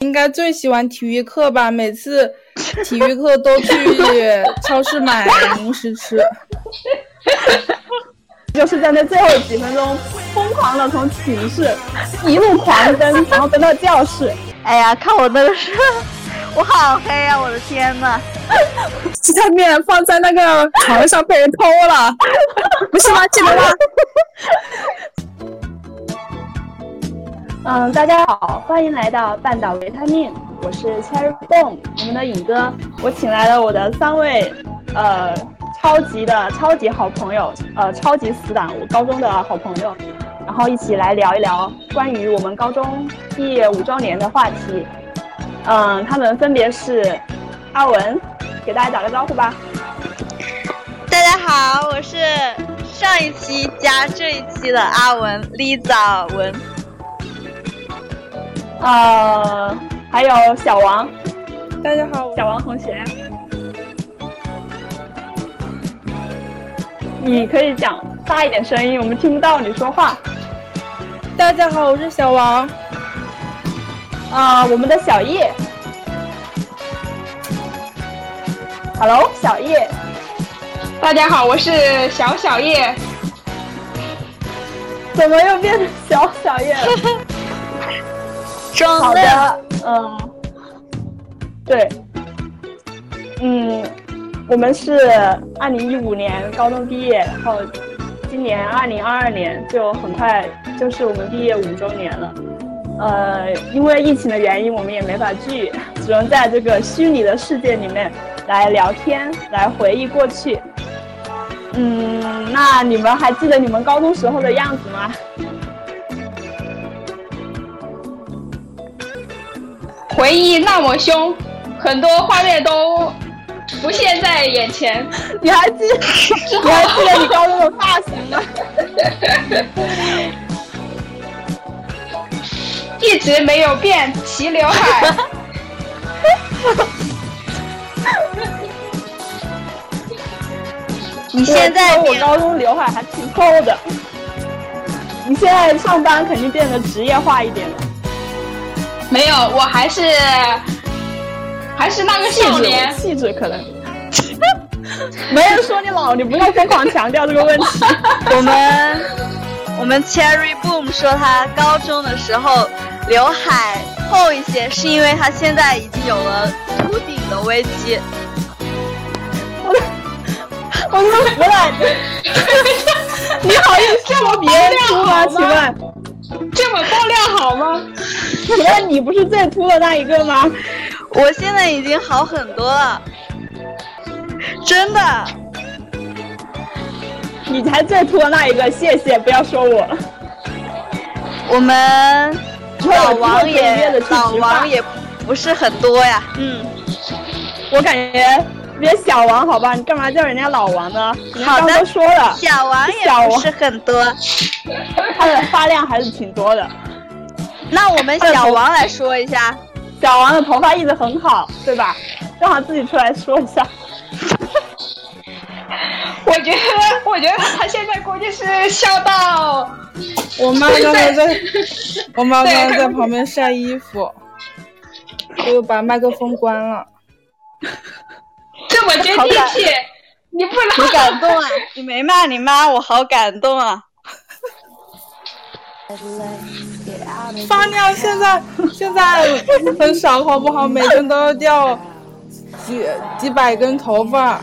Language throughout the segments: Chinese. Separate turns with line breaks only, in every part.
应该最喜欢体育课吧？每次体育课都 去超市买零食吃。
就是在那最后几分钟疯狂的从寝室一路狂奔，然后奔到教室。
哎呀，看我那个是，我好黑
啊
呀、我的天呐！
鸡蛋面放在那个床上被人偷 了，不是吗？记得吗？嗯，大家好，欢迎来到半岛维他命，我是 Cherry Bomb，我们的尹哥，我请来了我的三位，呃，超级的超级好朋友，呃，超级死党，我高中的好朋友，然后一起来聊一聊关于我们高中毕业五周年的话题。嗯，他们分别是阿文，给大家打个招呼吧。
大家好，我是上一期加这一期的阿文 Lisa 文。
呃，还有小王，
大家好，我
小王同学，你可以讲大一点声音，我们听不到你说话。
大家好，我是小王。
啊、我们的小叶，Hello，小叶，
大家好，我是小小叶。
怎么又变成小小叶了？
装
好
嫩
的，嗯，对，嗯，我们是二零一五年高中毕业，然后今年二零二二年就很快就是我们毕业五周年了。呃，因为疫情的原因，我们也没法聚，只能在这个虚拟的世界里面来聊天，来回忆过去。嗯，那你们还记得你们高中时候的样子吗？
回忆那么凶，很多画面都浮现在眼前。
你还记，你还记得你高中的发型吗？
一直没有变齐 刘海，
你现在
我
你
高中刘海还挺厚的。你现在上班肯定变得职业化一点了，
没有，我还是还是那个
气
少
质
年，
气质可能。没人说你老，你不要疯狂强调这个问 题。
我们我们 Cherry Boom 说他高中的时候刘海厚一些，是因为他现在已经有了秃顶的危机。
我都服了你，你好意思说别人秃吗？请问，
这么爆料好吗？
请问你不是最秃的那一个吗？
我现在已经好很多了，真的。
你才最秃的那一个，谢谢，不要说我。
我们老王也老
老
王也不是很多呀，嗯，
我感觉别小王好吧，你干嘛叫人家老王呢？人家
好的
刚刚说了，
小王
小
也不
王
是很多。
他的发量还是挺多的。
那我们小王来说一下，
小王的头发一直很好，对吧？让他自己出来说一下。
我觉得，我觉得他现在估计是笑到
我妈刚才 在，我妈刚才在旁边晒衣服，我又把麦克风关了。
这么接
好
地
感
气，你不
你
能
感动啊！你没骂你妈，我好感动啊！
发量现在现在很少，好不好？每天都要掉几几百根头发，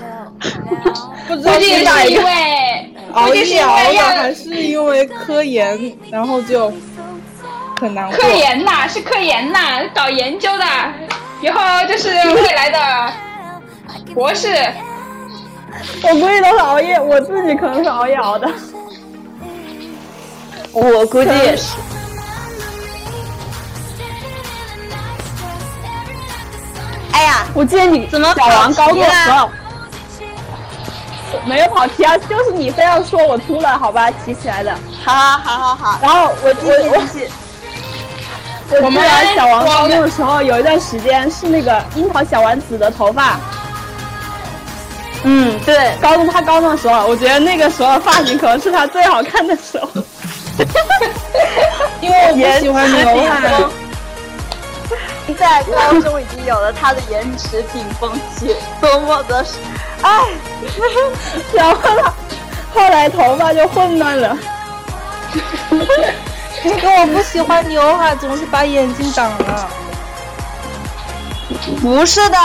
不知道
估计
是哪
是
一
因
个
为
熬
估计是
夜
因
熬
为
的，
要
还是因为科研，然后就很难过
科。研呐、是科研呐、搞研究的，以后就是未来的博士。
我估计都是熬夜，我自己可能是熬夜熬的。
我估计也是。哎呀，
我记得你
怎么
小王高中的时候
跑
没有跑题啊，就是你非要说我秃了，好吧，提起来的。
好好好好好，
然后我我我
继续。
我
我们
记得小王高中的时候有一段时间是那个樱桃小丸子的头发。
嗯，对，
高中他高中的时候，我觉得那个时候的发型可能是他最好看的时候。
因为我不喜欢刘海，
在高中已经有了他的颜值顶峰期，多么的，哎，
然后他后来头发就混乱了。
这个我不喜欢刘海，总是把眼睛挡了。
不是的，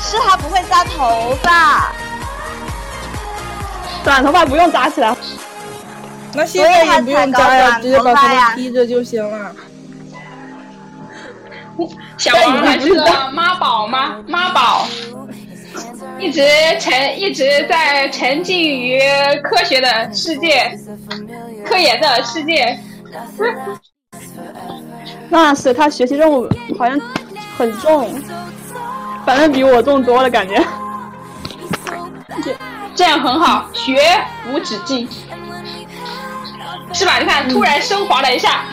是他不会扎头发，
短头发不用扎起来，
那现在也不用扎呀，直接把头发披着就行了。
小王还知道妈宝吗？妈宝一直沉一直在沉浸于科学的世界，科研的世界。
那是他学习任务好像很重，反正比我重多了感觉。
这样很好，学无止境，是吧？你看，突然升华了一下。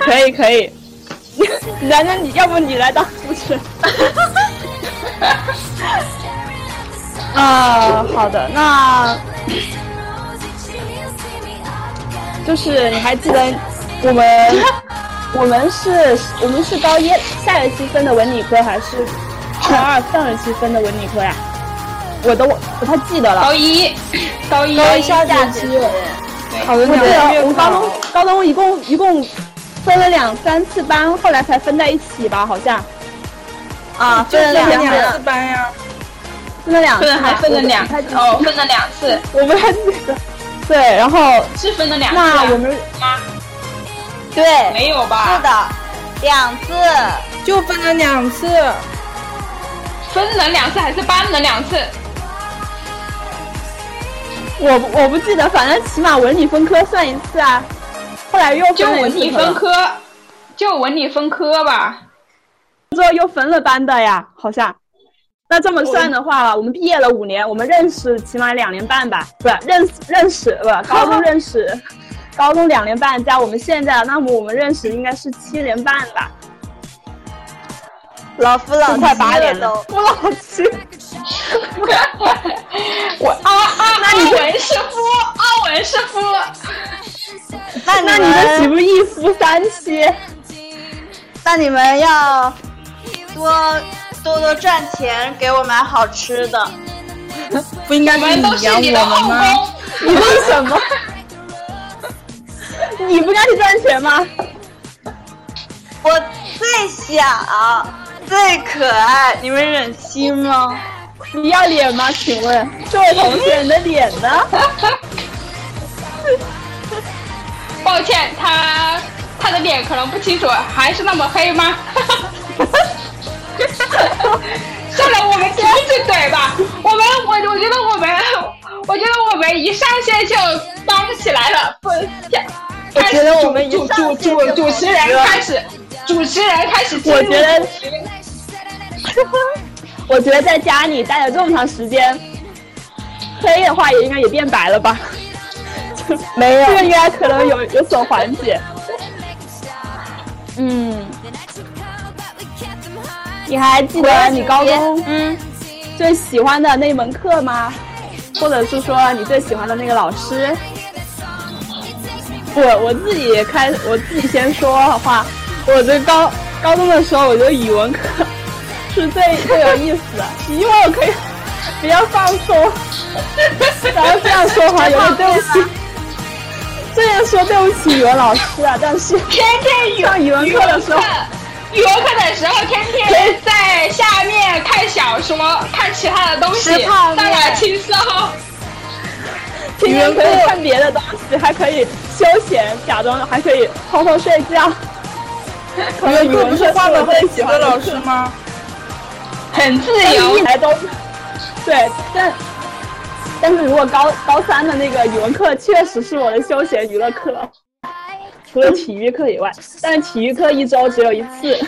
可以可以， 然后你要不你来当主 持人。啊，好的，那就是你还记得我们 我们是我们是高一下学期分的文理科，还是高二上学期分的文理科呀？我都不太记得了。
高一，高一，
高一下学期，考了
我记
两
得
个月
我们高
考
中，高中一共一共分了两三次班，后来才分在一起吧，好像
啊，
就
分
是
了两
两
次
次班呀。
分了两次
分
吧，
了还分了
我
两
不太记
哦，分了两次，
我不太记得。对，然后
是分了两次啊
那我们
吗？
对，
没有
是
吧？
的，两次，
就分了两次，
分了两次还是班了两次？
我不我不记得，反正起码文理分科算一次啊。后来又
就
分了一
文
次
理
可能
分科，就文理分科 吧。
之后又分了班的呀，好像。那这么算的话，我们毕业了五年，我们认识起码两年半吧，不是认识认识不是高中认识，高中两年半加我们现在，那么我们认识应该是七年半吧，
老夫老
都
哦
妻
快八年
都
了。我老去，
我
啊
阿阿阿文是夫，阿文是夫，
那你
那你们岂
们
不是一夫三妻？
那你们要多多多赚钱，给我买好吃的。
不应该
我
是
们都
你
是
养
你的
我
后
们吗？
宫。
你为什么？你不该去赚钱吗？
我最小，最可爱，你们忍心吗？
你要脸吗？请问这位同学，你的脸呢？
抱歉，他他的脸可能不清楚，还是那么黑 吗？算了，我们停止怼吧。我们，我我觉得我们，我觉得我们一上线就帮起来了。不，
我
开
觉
始
得我
主
们一
主
上
主
线就
主主持人开始，主持人开始进入
我觉得
主题了
我觉得在家里待了这么长时间，黑的话也应该也变白了吧？没有，这个应该可能有有所缓解。嗯，你还记得你高中
嗯，
最喜欢的那门课吗？或者是说你最喜欢的那个老师？我我自己开，我自己先说的话，我这高高中的时候，我觉得语文课是最最有意思的，因为我可以比较放松， 然后这样说好像有点对不起，虽然说对不起语文老师啊，但是
天天
上语文
语
课的
文
时
课
候，，
语文课的时候，天天在下面看小说，看其他的东西
吃，泡面
当然轻松。
天天可以看别的东西，还可以休闲，假装还可以偷偷睡觉。可能
你
语
们不
文
是换了
我
会
最
几
喜
个
欢
老
的
师吗？
很自
但是
由
哎
一，来都对，但但是如果高高三的那个语文课确实是我的休闲娱乐课，除了体育课以外，但是体育课一周只有一次。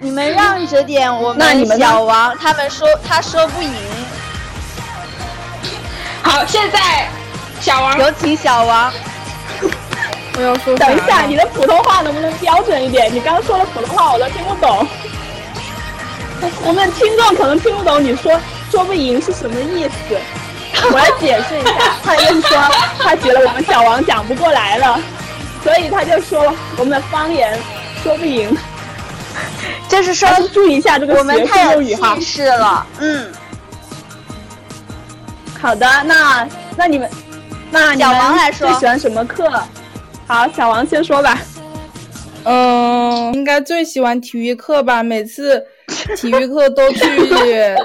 你们让着点，我
那你们呢
小王他们说他说不赢，
好，现在小王
有请小王。
我要说啥
等
呢
一 下，你的普通话能不能标准一点？你刚刚说的普通话我都听不懂。 我们听众可能听不懂你说说不赢是什么意 思，我来解释一下。他就是说他觉得我们小王讲不过来了，所以他就说我们的方言说不赢，
就是说
还是注意一下哎这个
我们
学
太
术
有
用语哈
气。势了，嗯，
好的，那那你们，那你
小王来
们
说
最喜欢什么课？好，小王先说吧。
嗯，应该最喜欢体育课吧，每次体育课都去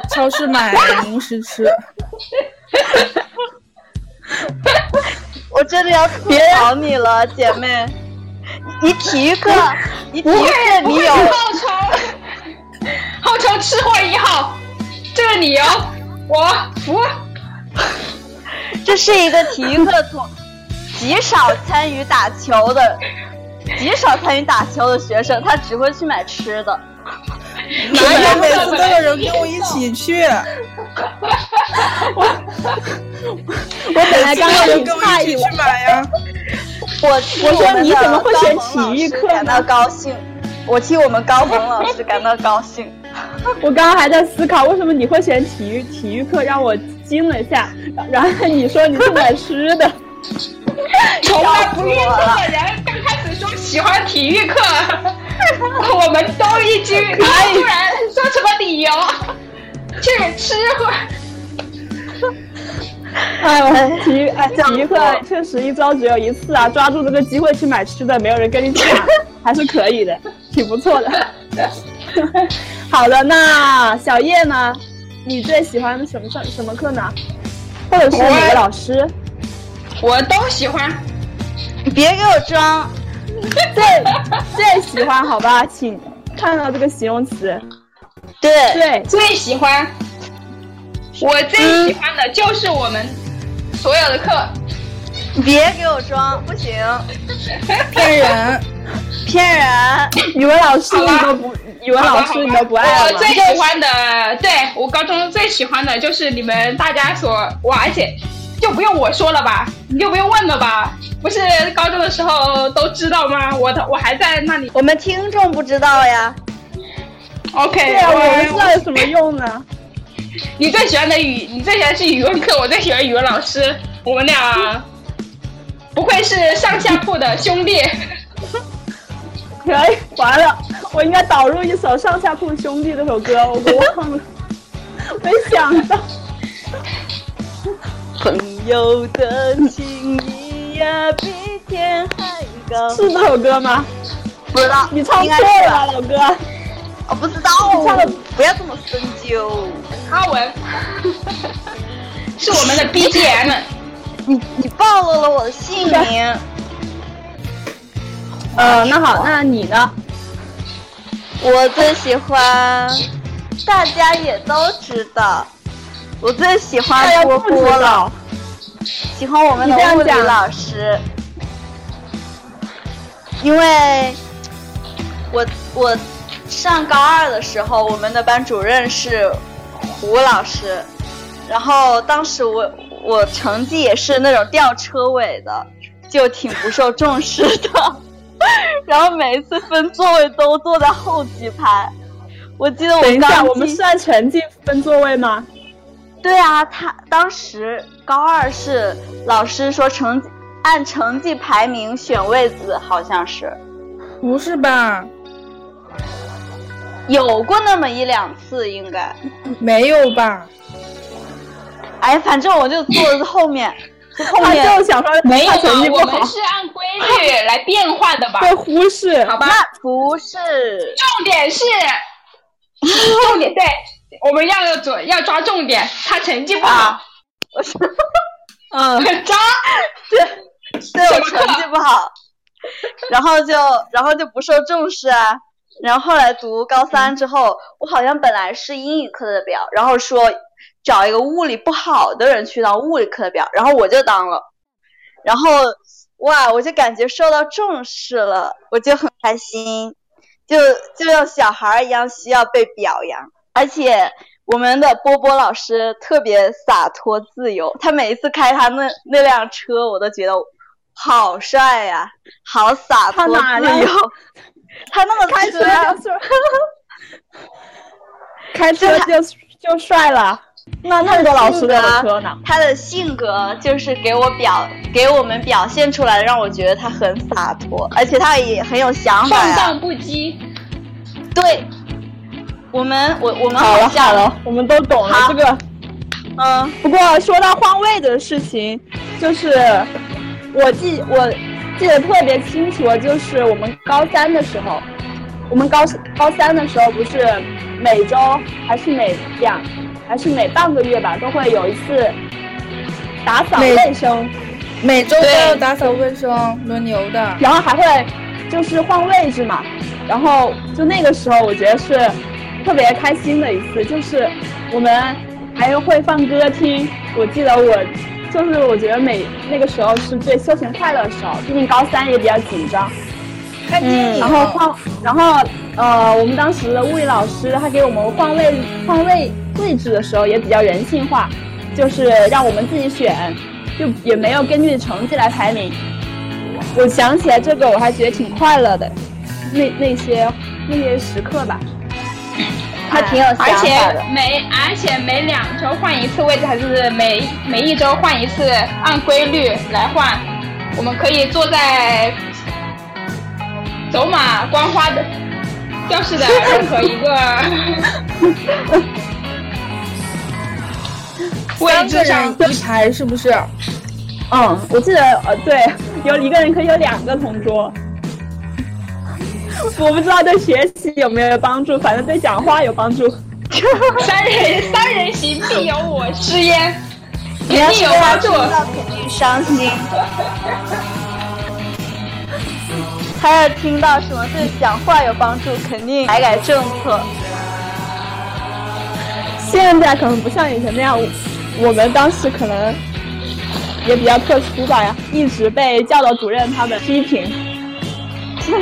超市买零食 吃。
我真的要吐槽你了，姐妹，你体育课， 你体育课
不
你
会
有
是号 称号称吃货一号，这是理由，我服。
这是一个体育课 从极少参与打球的、极少参与打球的学生，他只会去买吃的。
哪有每次都有人跟我一起去？
我本来刚
哪
刚
有
有
人跟我
诧
一
异
起，去买啊呀？
我我替
我说
们
你
的
怎么会
高
选
鹏
体育
老师
课
感到
呢
高兴，我替我们高鹏老师感到高兴。
我刚刚还在思考为什么你会选体育体育课，让我惊了一下。 然后你说你是买吃的，
从来不运动 的人刚开始说喜欢体育课， 我们都一惊，然
哎
后突然说什么理由 去吃货？
哎呦，体育哎
笑死
体育课
我
确实一招只有一次啊，抓住这个机会去买吃的，没有人跟你抢， 还是可以的，挺不错的。 好的，那小叶呢？你最喜欢什么上什么课呢？或者是哪个老师？
我都喜欢，
你别给我装，
最最喜欢好吧，请看到这个形容词，
对，
对，
最喜欢，我最喜欢的就是我们所有的课。
你别给我装，不行，
骗人！
骗人。
语文老师
好吧
你都不，语文嗯老师你都不爱
我
了吗
最？喜欢的，对我高中最喜欢的就是你们大家所哇，而且就不用我说了吧，你就不用问了吧，不是高中的时候都知道吗？我的我还在那里。
我们听众不知道呀，
OK，
对啊，我们知
我
道有什么用呢？
你最喜欢的语，你最喜欢是语文课，我最喜欢语文老师，我们
嗯
俩不愧是上下铺的兄弟。
可以，哎完了，我应该导入一首《上下铺兄弟》这首歌，我给忘 了，没想到。
朋友
呃
的
嗯
情谊呀，比天还高。
是这首歌吗？
不知道，
你唱
应
错
该是吧
了，老哥。
我啊不知道，
你唱的
不要这么深究。
阿文 是我们的 BGM，
你你暴露了我的姓名。
呃，那好，那你呢？
我最喜欢，大家也都知道，我最喜
大
欢
家
波
哎不知
波了，
道，
喜欢我们的
你这样
物理
讲
老师，因为我我上高二的时候，我们的班主任是胡老师，然后当时我我成绩也是那种吊车尾的，就挺不受重视的。 然后每一次分座位都坐在后几排，我记得我
等一下，
刚
我们
进
是按成绩分座位吗？
对啊，他当时高二是老师说成绩按成绩排名选位子，好像是
不是吧？
有过那么一两次，应该。
没有吧？
哎，反正我就坐后面，后
他
面
就想说
没有
他成绩不
我们
好，
是按规律来变换的吧？
被忽视。
好吧
那，不是
重点是，重点对，我们要抓要抓重点，他成绩不好
啊，
嗯，
渣，
对
什
我
么
成绩不好，然后就然后就不受重视啊。然后后来读高三之后，我好像本来是英语课的表，然后说找一个物理不好的人去当物理课的表，然后我就当了，然后哇，我就感觉受到重视了，我就很开心，就就像小孩儿一样需要被表扬，而且我们的波波老师特别洒脱自由，他每一次开他那那辆车，我都觉得好帅呀、好洒
他
脱
哪
自
辆
由。 他那么开
开
车
车，就是，开车就就帅了。那那么多老师的科呢？
他的性格就是给我表给我们表现出来，让我觉得他很洒脱，而且他也很有想法
放
呀、
荡不羁，
对，我们我我们
好了
好
好
像
了，我们都懂了
好
这个。
嗯
不过说到换位的事情，就是我记我记得特别清楚，就是我们高三的时候，我们高高三的时候不是每周还是每两还是每半个月吧，都会有一次打扫
每
卫生，
每周都
对
要打扫卫生，轮流的。
然后还会就是换位置嘛，然后就那个时候我觉得是特别开心的一次，就是我们还会放歌听，我记得我就是我觉得每那个时候是最休闲快乐的时候，毕竟高三也比较紧张，
看电影，
然后换，然后呃，我们当时的物理老师他给我们换位换位位置的时候也比较人性化，就是让我们自己选，就也没有根据成绩来排名。我想起来这个，我还觉得挺快乐的，那那些那些时刻吧，还挺有想
而且
法的。
每而且每两周换一次位置，还是每每一周换一次，按规律来换。我们可以坐在走马观花的教室的任何一个位
三个
置
人
上。
一排是不是？
嗯，我记得呃，对，有一个人可以有两个同桌。我不知道对学习有没有帮助，反正对讲话有帮助。
三人三人行必有我师焉，
你
肯定有帮助。
到频率伤心。他要听到什么对讲话有帮助，肯定改改政策。
现在可能不像以前那样，我们当时可能也比较特殊吧，一直被教导主任他们批评，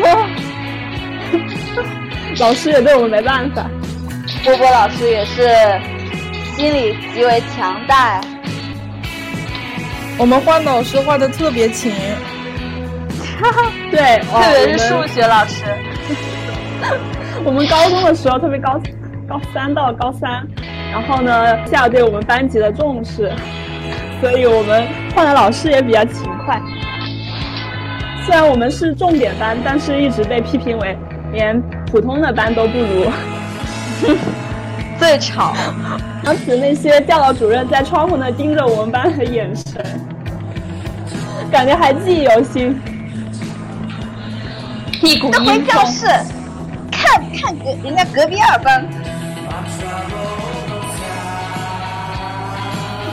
老师也对我们没办法。
波波老师也是心理极为强大，
我们换老师换的特别勤，
对，哦
特
哇
别是数学老师。
我们我们高中的时候，特别高高三到高三，然后呢，校对我们班级的重视，所以我们换的老师也比较勤快。虽然我们是重点班，但是一直被批评为连普通的班都不如。
最吵，
当时那些教导主任在窗户那盯着我们班的眼神，感觉还记忆犹新。
屁股
那回
阴
教
风，
室看看隔人家隔壁二班，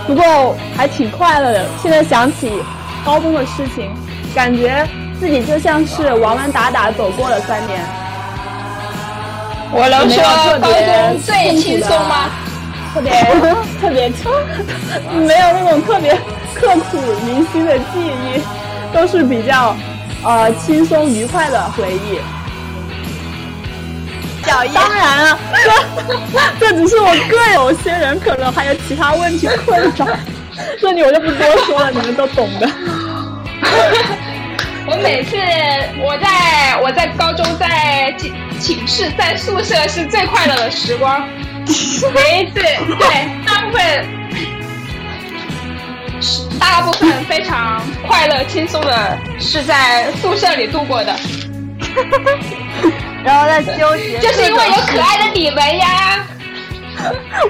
不过还挺快乐的。现在想起高中的事情，感觉自己就像是玩玩打打走过了三年。
我能
没
说
有特
高
别
中最轻松吗？
特别特别没有那种特别刻苦铭心的记忆，都是比较呃轻松愉快的回忆。
小叶
当然了，这 这只是我个人，有些人可能还有其他问题困扰， 这里我就不多说了，你们都懂的。
我每次我在我在高中在寝寝室在宿舍是最快乐的时光，每一次对大部分大部分非常快乐轻松的是在宿舍里度过的，
然后在纠结各种事，
就是因为有可爱的你们呀。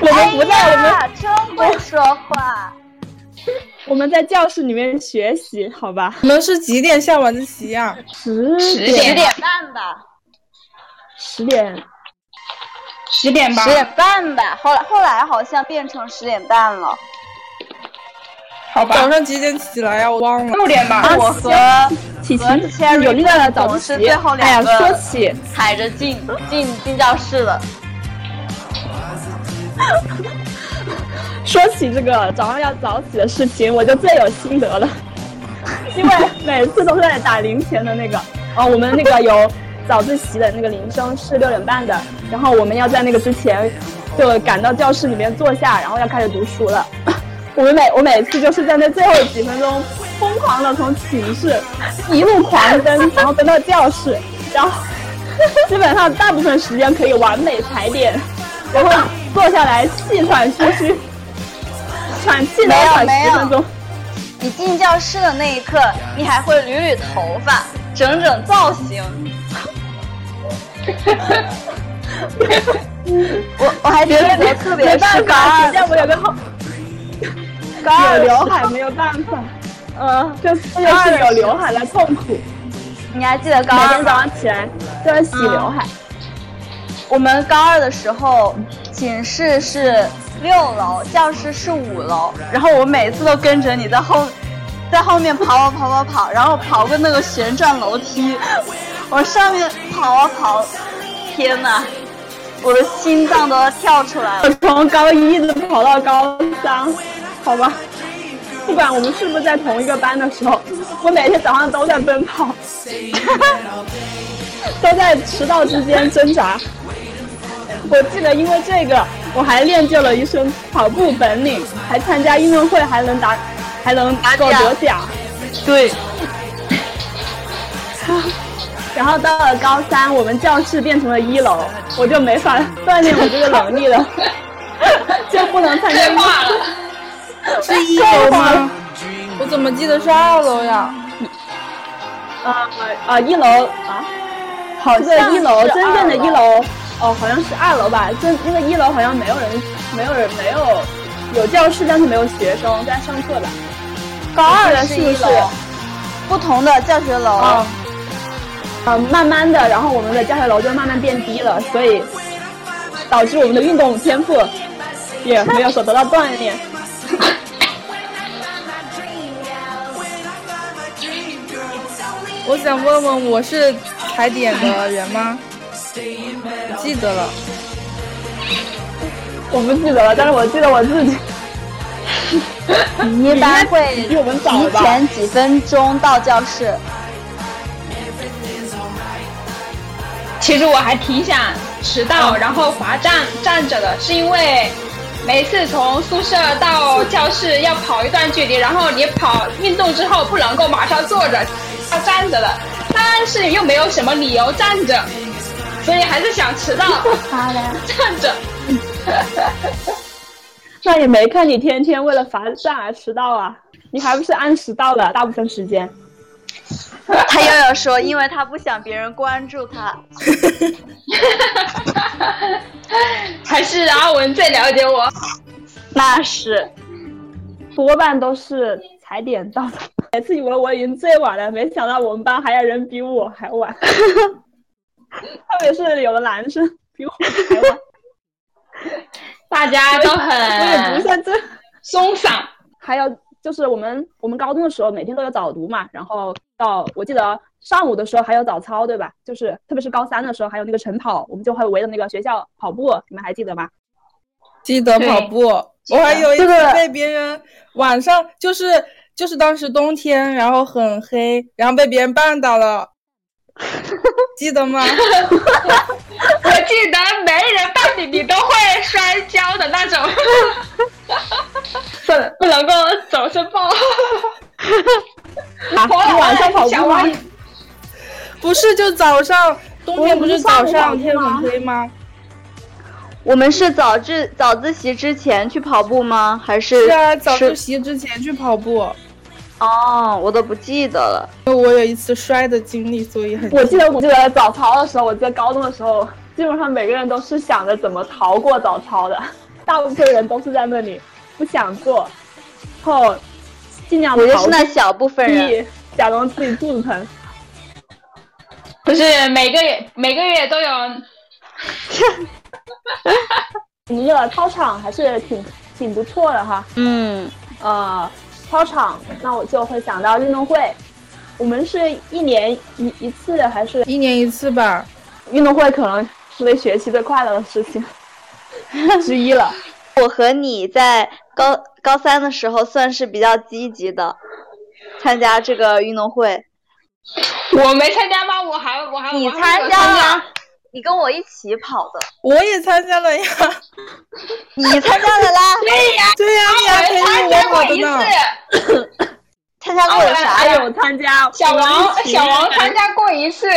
我们不在，我
哎
们
呀真会说话。
我们在教室里面学习，好吧？
你们是几点下晚自习啊呀、
十
十
十
点
点半吧，
十点，
十点吧
十，点半吧。后来后来好像变成十点半了。
好吧
早，上几点起来呀、我忘了。
六点吧。
啊
我和
启
和
晴
Cherry
有那个早自
总
习
是最后。两
哎呀，
个
说起
踩着进进进教室了，
说起这个早上要早起的事情，我就最有心得了，因为每次都是在打铃前的那个，哦，我们那个有早自习的那个铃声是六点半的，然后我们要在那个之前就赶到教室里面坐下，然后要开始读书了。 我们每我每次就是在那最后几分钟疯狂的从寝室一路狂奔，然后奔到教室，然后 基本上大部分时间可以完美踩点，然后坐下来气喘吁吁。喘气
没
能
有
喘
没
十
有
分钟。
你进教室的那一刻，你还会捋捋头发，整整造型。我我还记得我特别
没
是
办
高
法，只
二，
见我有个后
高二
有
的时
刘
候
海，没有办法，
嗯，
这这就是有刘海的痛苦。
你还记得高
每
二
天
吗
早？上起来都要洗刘海，
我们高二的时候，寝室是六楼，教室是五楼，然后我每次都跟着你在后，在后面跑啊跑跑跑，然后跑过那个旋转楼梯，往上面跑啊跑，天哪，我的心脏都要跳出来
我
了。
从高一一直跑到高三，好吧。不管我们是不是在同一个班的时候，我每天早上都在奔跑， 都在迟到之间挣扎。我记得因为这个，我还练就了一身跑步本领，还参加运动会，还能打，还能够得奖。
对，
然后到了高三，我们教室变成了一楼，我就没法锻炼我这个能力了， 就不能参加
退
运动
化
会。
了。
是一楼吗？我怎么记得是二楼呀？
啊啊！一楼啊，
好
这个
像
一楼真正的
是
一
二，
楼，哦，好像是二楼吧？真那个一楼好像没有人，没有人，没有有教室，但是没有学生在上课吧？高二的
是
是不
一
是？
楼，哦不同的教学楼。
哦
啊，啊，慢慢的，然后我们的教学楼就慢慢变低了，所以导致我们的运动天赋也没有所得到锻炼。
我想问问，我是踩点的人吗？不记得了，
我不记得了，但是我记得我自己
你一般会
比我们早
提
吧
前几分钟到教室。
其实我还挺想迟
嗯
到，然后罚站站着的，是因为每次从宿舍到教室要跑一段距离，然后你跑运动之后不能够马上坐着，要站着的，但是又没有什么理由站着，所以还是想迟到
妈呀！
站着。
那也没看你天天为了罚站而迟到啊，你还不是按时到的，大部分时间。
他又要说，因为他不想别人关注他。
还是阿文最了解我。
那是，
多半都是踩点到的。每次以为我已经最晚了，没想到我们班还有人比我还晚，特别是有的男生比我还晚，
大家都
我也不
很
算最。
松散，
还有就是我们我们高中的时候每天都有早读嘛，然后到我记得上午的时候还有早操，对吧？就是特别是高三的时候还有那个晨跑，我们就会围着那个学校跑步，你们还记得吗？
记得
对
跑步。我还有一次
这个
被别人晚上就是就是当时冬天，然后很黑，然后被别人绊倒了，记得吗？
我记得没人绊你，你都会摔跤的那种， 不能不能够总是抱。
啊，你晚上跑步吗？
不是，就早上冬天
我
不
不
是
是
早
上午跑
上
步
天
吗
很黑吗？
我们是早自早自习之前去跑步吗？还是
是啊，早自
是
习之前去跑步。
哦，我都不记得了。
因为我有一次摔的经历，所以很
我记得我记得早操的时候，我记得高中的时候，基本上每个人都是想着怎么逃过早操的， 大部分人都是在那里不想做，然后尽量
我就
逃
是那小部分人，
避，假装自己肚子疼。
不是每个月每个月都有，
你有了操场还是挺挺不错的哈。
嗯，
呃，操场，那我就会想到运动会，我们是一年一一次还是
一年一次吧。
运动会可能是为学期最快乐的事情之一了。
我和你在高高三的时候算是比较积极的，参加这个运动会。
我没参加吗？我还我还
你
我还没有
参加
加
了，你跟我一起跑的，
我也参加了呀，
你参加了 啦？
对哎呀、
对呀、你还陪
啊我参加
着我跑
过
的
一次。
呢。
参加过有啥
还
呀？
有参加
哎小王哎
我们一起
小王参加过一次，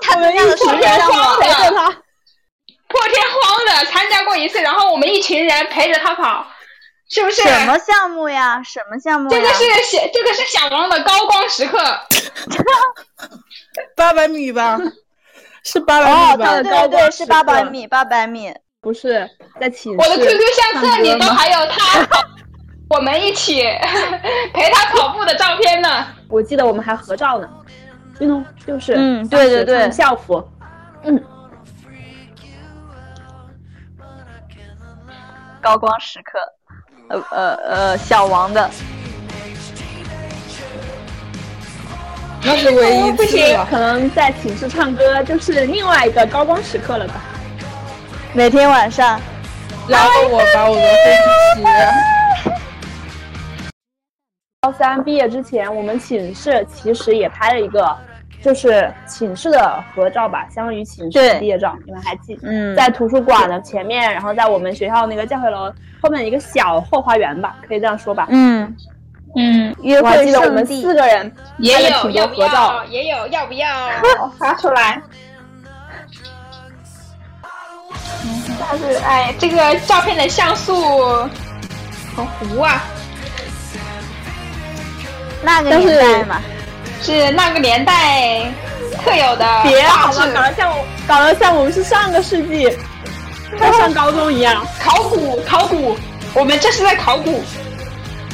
他参加了什
我
么
们一起
项
跑
目？
陪着他。
破天荒的参加过一次，然后我们一群人陪着他跑，是不是？
什么项目呀？什么项目呀？
这个是小，这个是小王的高光时刻。
八百米 吧？是八百
哦，
米吧？
对对对，是八百米，八百米。
不是在寝室。
我的 QQ 相册里
唱歌
都
吗
还有他跑，我们一起陪他跑步的照 片呢。
我记得我们还合照呢，运动就是
嗯对对
当
对
时穿校服，
高光时刻，呃呃呃，小王的，
那是唯一一
不
次
行
了。
可能在寝室唱歌就是另外一个高光时刻了吧。
每天晚上，
然后我把我的飞机
高三毕业之前，我们寝室其实也拍了一个，就是寝室的合照吧，相当于寝室
对
的毕业照，你们还记？
嗯
在图书馆的前面，然后在我们学校那个教学楼后面一个小后花园吧，可以这样说吧。
嗯，
嗯，
约
我还
会
记得我
圣
们
地
四，个人
也
拍了
有
挺
要
多
不
合照
要，，也有要不 要发出来？但是哎，这个照片的像素很糊啊，
那个
但是
年代嘛，
是那个年代特有的
别好
画质
了，搞得像我，搞得像我们是上个世纪在上高中一样。
考古考古，我们这是在考古。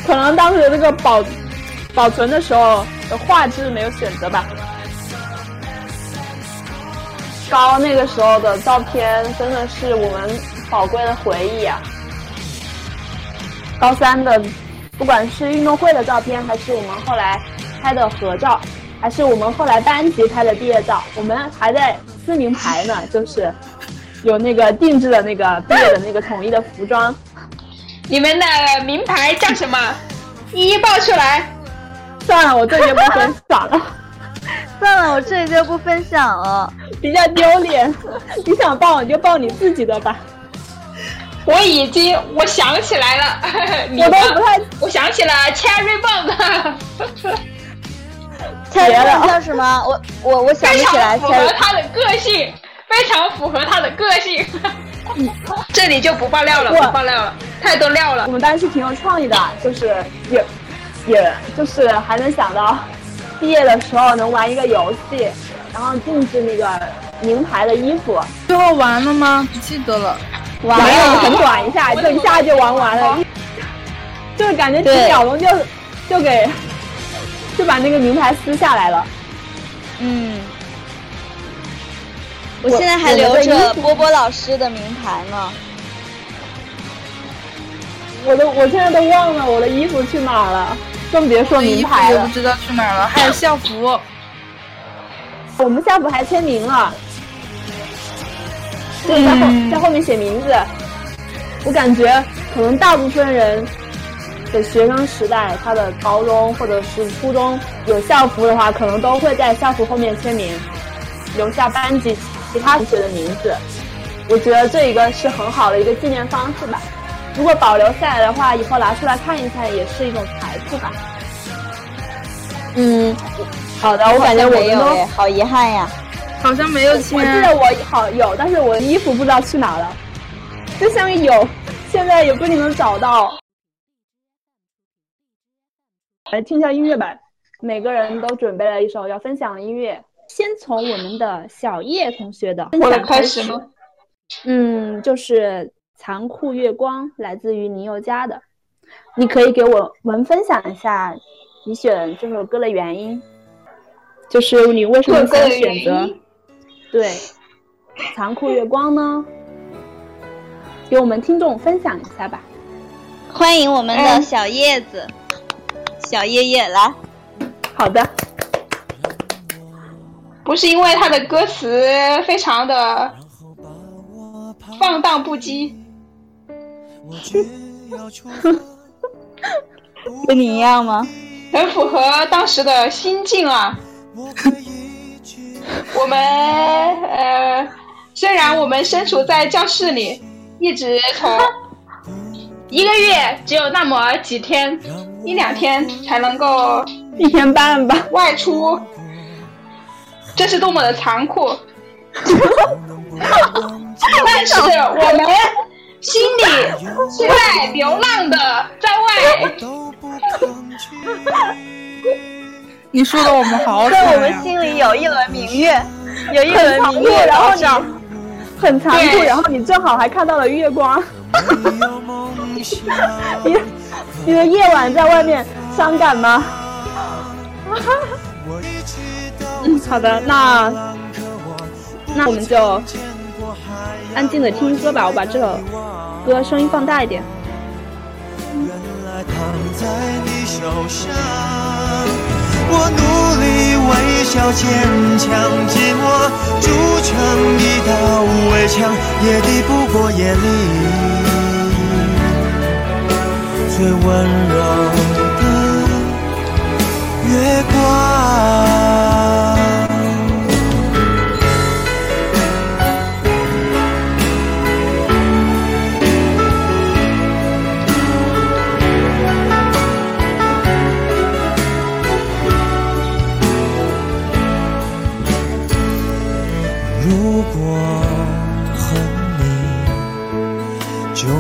可能当时那个保保存的时候的画质没有选择吧。高那个时候的照片真的是我们宝贵的回忆啊！高三的，不管是运动会的照片，还是我们后来拍的合照，还是我们后来班级拍的毕业照，我们还在撕名牌呢，就是有那个定制的那个毕业的那个统一的服装。
你们的名牌叫什么？一一报出来。
算了，我这节不分享了。
算了，我这里就不分享了。
比较丢脸。你想抱你就抱你自己的吧，
我已经，我想起来了， 你
我
们
都不太
我想起了 Cherry 棒的，
蔡
别
徐
了
坤叫什么？我我我想不
非
起来
常符
蔡
合他的个性，非常符合他的个性。这里就不爆料了，
我
不爆料了，太多料了
我。们当时挺有创意的，就是也也就是还能想到毕业的时候能玩一个游戏，然后定制那个名牌的衣服，
最后完了吗？不记得了。
玩了很短一下，
我
就一下就玩完了，就是感觉几
对
秒钟就就给就把那个名牌撕下来了。
嗯，
我
我现在还留
我的衣
着
服
波波老师的名牌呢。
我都我现在都忘了我的衣服去哪儿了，更别说
我的
名
衣服
牌
也
了
不。知道去哪儿了，还有校服。
我们校服还签名了，
嗯
就是在后、在后面写名字。我感觉可能大部分人的学生时代，他的高中或者是初中有校服的话，可能都会在校服后面签名，留下班级其他同学的名字。我觉得这一个是很好的一个纪念方式吧。如果保留下来的话，以后拿出来看一看，也是一种财富吧。嗯，好的，我感觉我
没
们
有
都
哎，好遗憾呀。
好像没有
我记
签
得，我好有，但是我的衣服不知道去哪了，就相当于有，现在也不一定能找到。来听一下音乐吧，每个人都准备了一首要分享的音乐，先从我们的小叶同学的分
我的
享
开始吗？
嗯，就是《残酷月光》，来自于林宥嘉的。你可以给我们分享一下你选这首歌的原因，就是你为什么
各
想
个原
选择
因。
对《残酷月光》呢？给我们听众分享一下吧。
欢迎我们的
嗯
小叶子，小叶叶来。
好的，
不是因为他的歌词非常的放荡不羁，
跟你一样吗？
很符合当时的心境啊。我们呃，虽然我们身处在教室里，一直 从一个月只有那么几天、一两天才能够
一天半吧。
外出，这是多么
哎
的残酷！但是我们
心里
外流浪的在外，
你说的我们好
在
惨
我们
呀！
心里有一轮明月，有一
很
轮
残
明
酷，
月
然后
高
你
照。
很残酷，
对
然后你正好还看到了月光。你的你的夜晚在外面伤感吗？嗯， 好的，那那我们就安静的听歌吧。我把这首歌声音放大一点。
躺在你手上。我努力微笑坚强，寂寞筑成一道围墙，也抵不过夜里最温柔的月光。如果恨你，就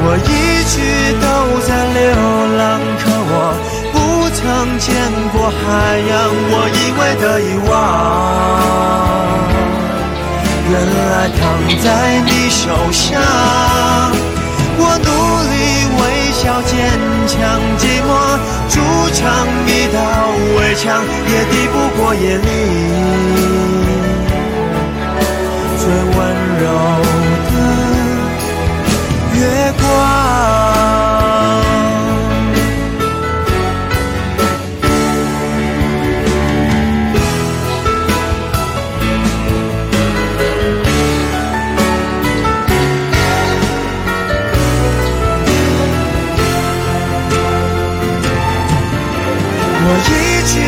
我一直都在流浪，可我不曾见过海洋，我一味的遗忘。原来躺在你手上。我努力微笑坚强，寂寞筑成一道围墙，也抵不过夜里最温柔的月光。我一直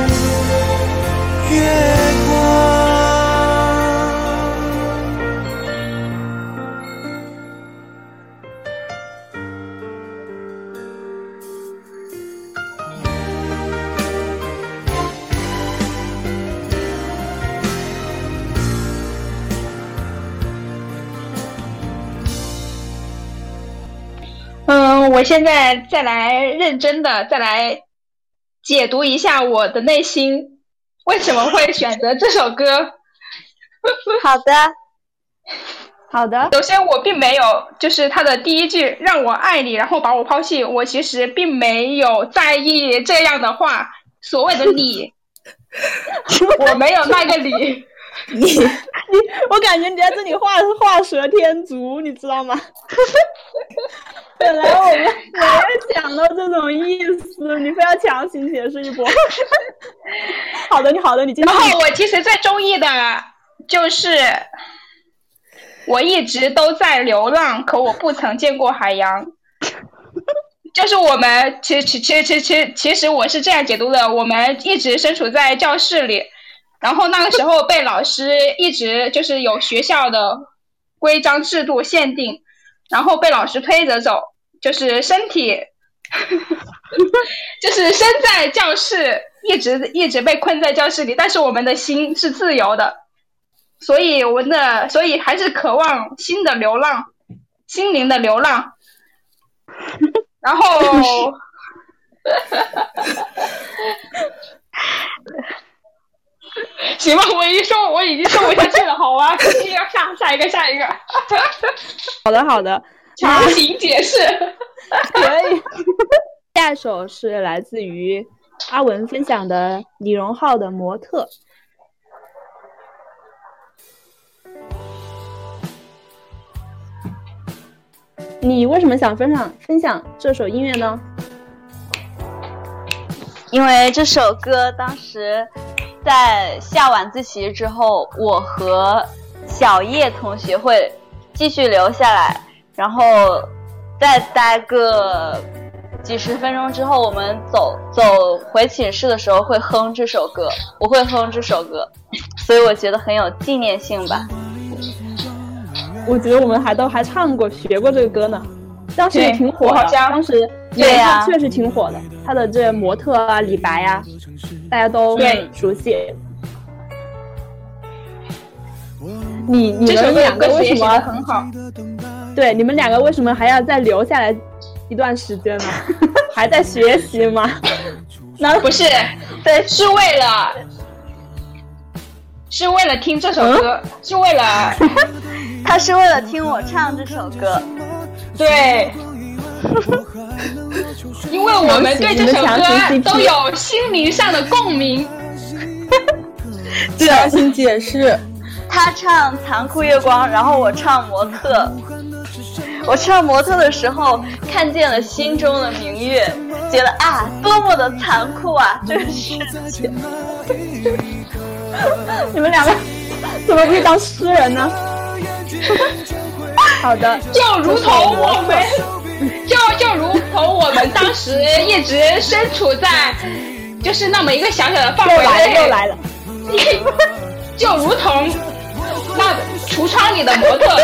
柔的。月光。
嗯，我现在再来认真的再来解读一下我的内心，为什么会选择这首歌？
好的，
好的，
首先，我并没有，就是他的第一句“让我爱你”，然后把我抛弃，我其实并没有在意这样的话，所谓的你，我没有那个你，
你我感觉你在这里画画蛇添足，你知 道吗？本来我们没有想到这种意思，你非要强行解释一 波。好的，你好的，你继续
然。后我其实最中意的就是，我一直都在流浪，可我不曾见过海洋。就是我们，其实其其其其其实我是这样解读的，我们一直身处在教室里，然后那个时候被老师一直就是有学校的规章制度限定，然后被老师推着走，就是身体，就是身在教室，一直一直被困在教室里，但是我们的心是自由的，所以我们的所以还是渴望新的流浪，心灵的流浪。然 后，行吧，我已经说我已经说不下去了，好吧，继续要下下一个下一 个。
好的，好的，
强行解释。
可以。下一首是来自于阿文分享的李荣浩的《模特》。你为什么想分享分享这首音乐呢？
因为这首歌当时在下晚自习之后，我和小叶同学会继续留下来，然后再待个几十分钟之后，我们走走回寝室的时候会哼这首歌，我会哼这首歌，所以我觉得很有纪念性吧。
我觉得我们还都还唱过、学过这个歌呢，当时也
对
挺火
我
的
好。像
当时
对呀
他确实挺火的，他的这模特啊、李白呀、大家都
对
熟悉。你你
这首
们
歌
两个
歌词
为什
也写的
么
很好。
对你们两个为什么还要再留下来一段时间呢？ 还在学习吗？
那 不是，对，是为了，是为了听这
嗯
首歌，是为了，
他是为了听我唱这首歌，
对，因为我们对这首歌都有心灵上的共鸣。
强行解释，
他唱《残酷月光》，然后我唱《模特》。我唱《模特》的时候，看见了心中的明月，觉得啊，多么的残酷啊！ 这个世界。
你们 两个怎么可以当诗人呢？ 好的，
就如同我们，就就如同我们当时一直身处在，就是那么一个小小的范围
又来
内，
了又来了，
就如同那橱窗里的模特，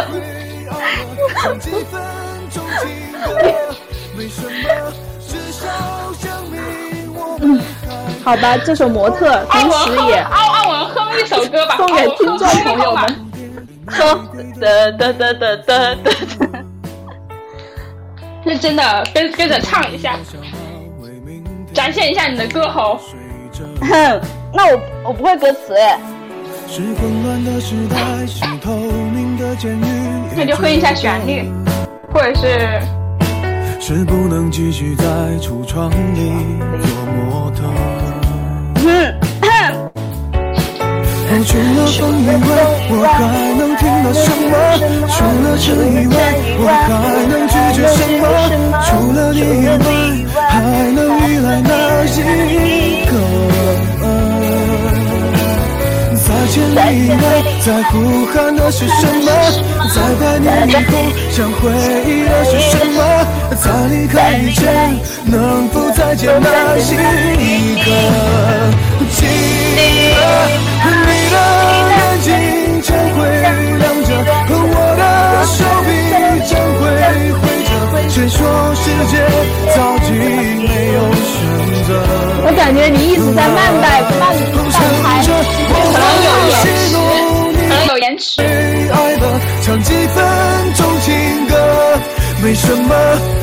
好吧，这首模
哦
特同
阿文
时
哼，
也
阿阿文哼一首歌吧，啊
送给
阿文哼
听众朋友
哼一首吧
们。嗯
哼，哒哒哒哒哒哒。
认真的跟跟着唱一下，展现一下你的歌喉。
哼那我我不会歌词哎，
是混乱的时代，是透明的监狱。
那就哼一下旋律，或者是
是不能继续在橱窗里做模特。哦，除了风以外，我还能听到什么？除了尘以外，我还能拒绝什么？除了你以外，还能依赖哪一个？再见你以外，在呼喊的是什么？在百年以后，想回忆的是什么？在离开以前，能否再见那一个？记得你的眼睛将会亮着，和我的手臂将会挥着。谁说世界早已没有选择？
我感觉你一直在慢带慢半拍，
可能有可能有延迟。
爱了，唱几分钟情歌，没什么，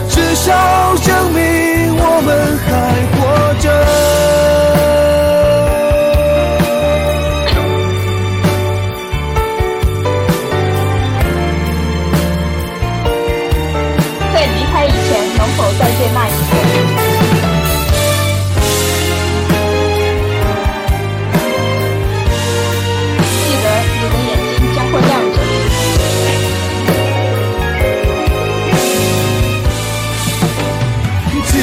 至少证明我们还活着。
在离开以前，能否再见那一刻？记得你的眼睛将会亮着。
记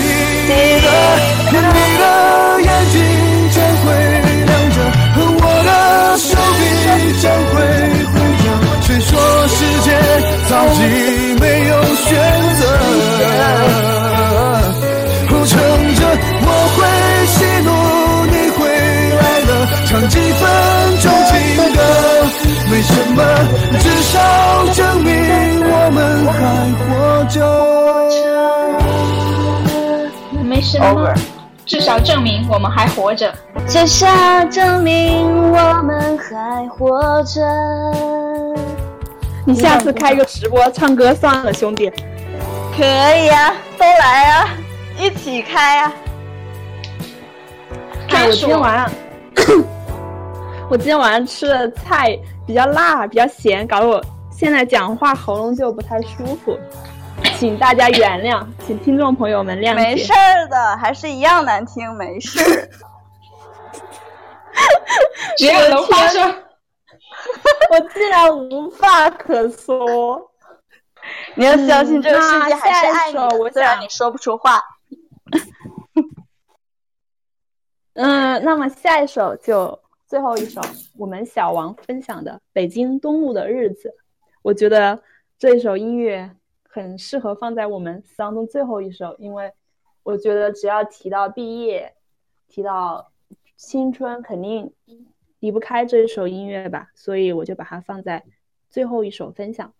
得你的眼睛将会亮着，和我的手臂将会挥着。谁说世界早已没有选择？哦，撑着，我会喜怒，你会爱的，唱几分钟情歌，没什么，至少证明我们还活着。
没什么，至少证明我们还活着。
至少证明我们还活着。
你下次开个直播唱歌算了，兄弟。哎
可以啊，都来啊，一起开啊！
哎，
开
我
始
今天晚上， 我今天晚上吃的菜比较辣，比较咸，搞得我现在讲话喉咙就不太舒服。请大家原谅，请听众朋友们谅解。
没事儿的，还是一样难听，没事。
只要能发声，
我竟然无话可说。
你要相信这个嗯世界还是爱你
嗯那下一首我
的，啊
想
虽然你说不出话。
嗯，那么下一首就最后一首，我们小王分享的《北京东路的日子》，我觉得这一首音乐很适合放在我们四当中最后一首，因为我觉得只要提到毕业，提到青春，肯定离不开这一首音乐吧，所以我就把它放在最后一首分享。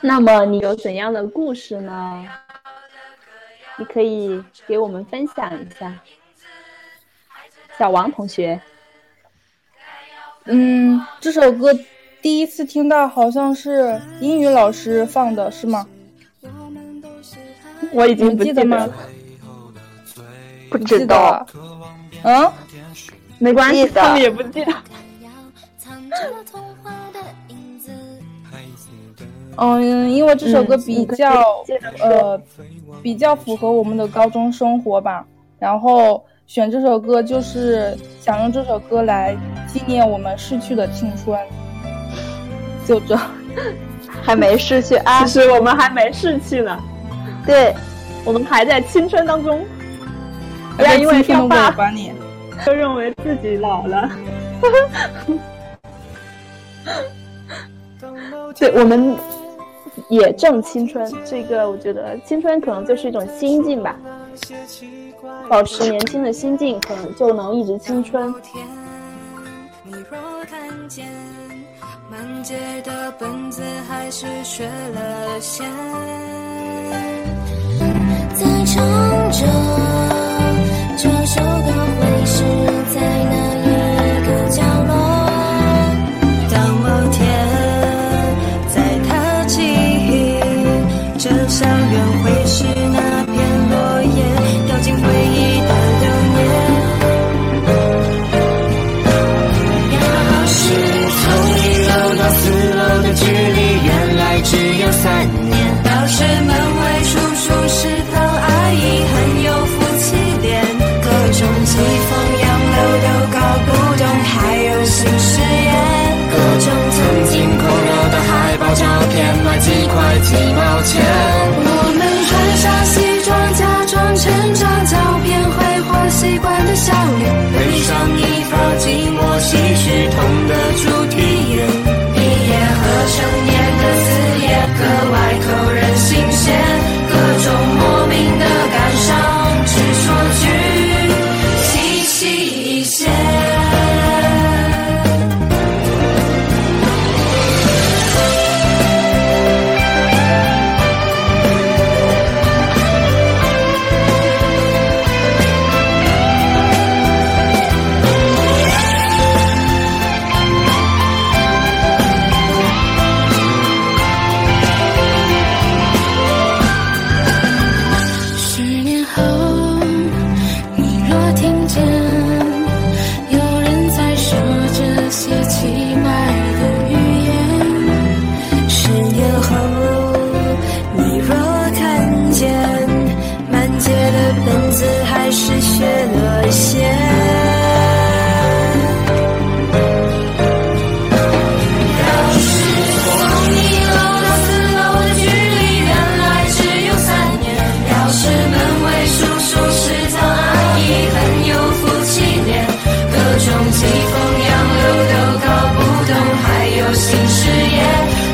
那么你有怎样的故事呢？你可以给我们分享一下，小王同学。
嗯，这首歌第一次听到好像是英语老师放的，是吗？
我已
你记得吗？
不
你记得了。嗯，
没关系，
记得
他们也不记得。
嗯，因为这首歌
嗯
比较、
你可以接着说
呃比较符合我们的高中生活吧，然后选这首歌就是想用这首歌来纪念我们逝去的青春，就这。
还没失去爱
其，实我们还没逝去呢，
对，
我们还在青春当中，不
不
要因为
听
上
的
爸
尾巴你。
就认为自己老 了。对，我们也正青春，这个我觉得青春可能就是一种心境吧，保持年轻的心境，可能就能一直青春。
你若看见满街的本子还是缺了线，再唱着这首歌会是在哪一个角落？到某天，再踏起这校园会是那片落叶掉进回忆的流年。
要是从一楼到四楼的距离，原来只有三年。
老师、门卫、叔叔、食堂阿姨很有夫妻脸，各种季风、洋流都搞不懂，还有新誓言。
各种曾经狂热的海报照片，卖几块几毛钱。
我们穿上西装，假装成长，照片挥霍习惯的笑脸，
背上一套寂寞唏嘘痛的主题乐，
毕业和成年的字眼格外扣人心弦，各种莫名的感伤，只说句细细一些。十年后，你若听见有人在说这些奇怪的语言，十年后，你若看见满街的本子还是缺了线。要是从一楼到四楼的距离，原来只有三年。要是门卫叔叔、食堂阿姨很有夫妻脸，各种季风洋流都搞不懂，还有新事业，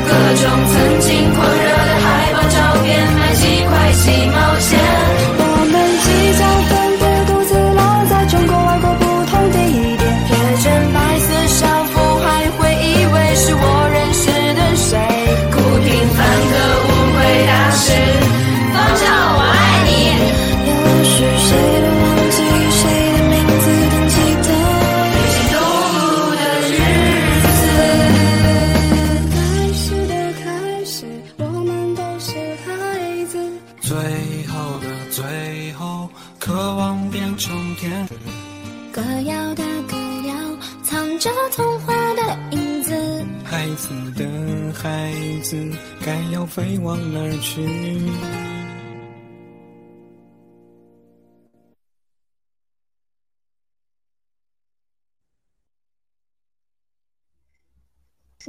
各种曾经狂热的海报照片，卖几块几毛钱。我们即将分别独自落在中国外国不同地点。别人白色校服还会以为是我认识的谁，孤平凡客误会大师，方丈我爱你。又是谁都忘记谁的名字，但记得北京东路的日子。开始的开始，我们都是孩子。
最后的最
孩子的孩子，该要飞往哪儿去？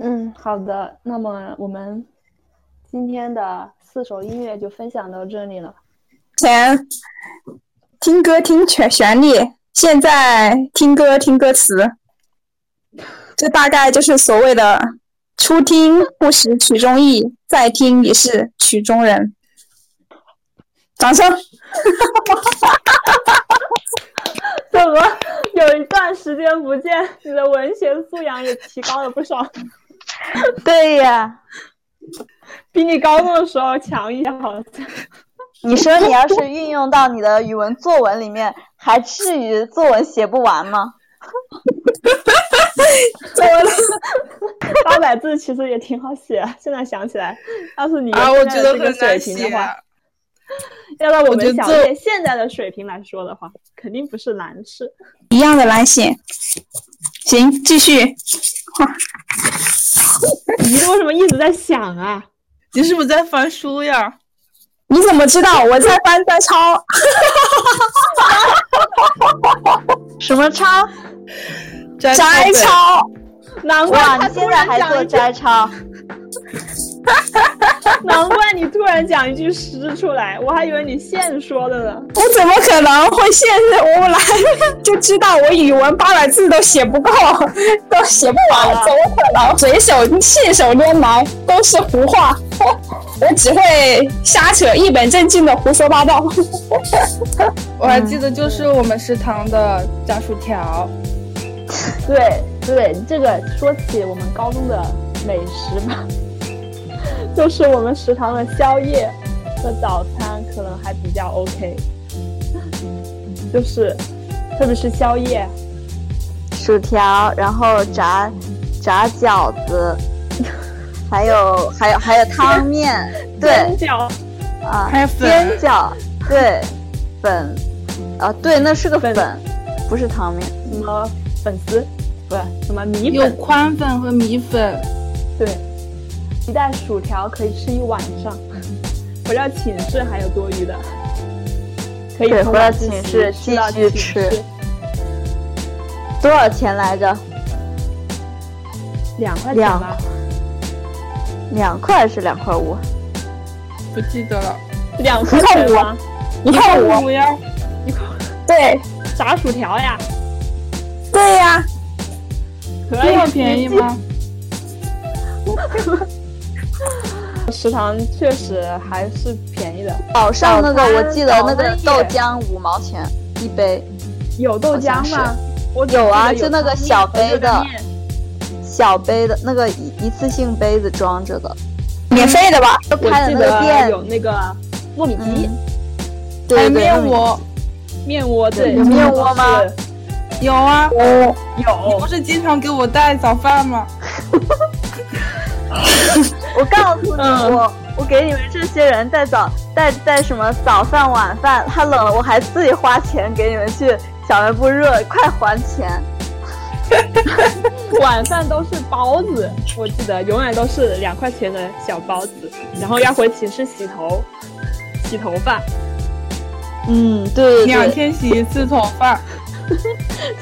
嗯，好的。那么我们今天的四首音乐就分享到这里了。
前听歌听旋旋律，现在听歌听歌词，这大概就是所谓的“初听不识曲中意，再听已是曲中人”。掌声！
怎么有一段时间不见，你的文学素养也提高了不少？
对呀，
比你高中的时候强一些，好像。
你说你要是运用到你的语文作文里面，还至于作文写不完吗？
作文 八百字其实也挺好写，啊现在想起来，要是你
啊，我觉得
现在的
很
这个水
难
平的
写。啊
话，要让我
我觉
们
得
想
这
借现在的水平来说的话，肯定不是难事。
一样的来写。行，继续。
你为什么一直在想啊？
你是不是在翻书呀？
你怎么知道我在翻在抄？
什么抄？
摘
摘
抄
抄。
难怪
哇，
他
你
突
现在
然
还
讲
做
一句，
摘抄？
难怪你突然讲一句诗出来，我还以为你现说的呢。
我怎么可能会现任无来 就知道我语文八百字都写不够， 都写不完，怎么可能？随手信手拈来都是胡话， 我只会瞎扯，一本正经的胡说八道。
我还记得就是我们食堂的炸薯条，
对对，这个说起我们高中的美食吧， 就是我们食堂的宵夜和早餐可能还比较 OK，就是特别是宵夜，
薯条，然后炸炸饺子，还有还有还有汤面，对
蒸饺
啊，
还有粉
煎饺，对粉，啊对，那是个粉，
粉
不是汤面。
什么粉丝，不是什么米
有
粉，
宽粉和米粉，
对，一袋薯条可以吃一晚上， 回到寝室还有多余的，可以
对
通
回
过
到
自
寝
习
室
吃
继
到寝
续吃
室
多少钱来着？
两块钱
两
吧。
两块是两块五。
不记得了。
两块钱吗？
你看我，
我呀，
对
炸薯条呀，
对呀、
可
这
以
么便宜？吗？
食堂确实还是便宜的，
早上那个
早餐
我记得那个
早餐也
豆浆五毛钱一杯，
有豆浆
好
吗
像？
我只
有啊
记得
就那个
汤面
小
和热
杯的
面
小杯的那个一一次性杯子装着的，
免费的吧？
都
我
开
记
的那个
得
店，
有那个糯米鸡、
嗯，
还有
对对，
哎面窝，
面窝，对，
嗯有面窝吗
是？
有啊，
我
你不
有，
是经常给我带早饭吗？
我告诉你，
嗯
我我给你们这些人带早带带什么早饭晚饭，太冷了，我还自己花钱给你们去小卖部热，快还钱！
晚饭都是包子，我记得永远都是两块钱的小包子，然后要回寝室洗头，洗头发。
嗯，对
两
对对，
天洗一次头发。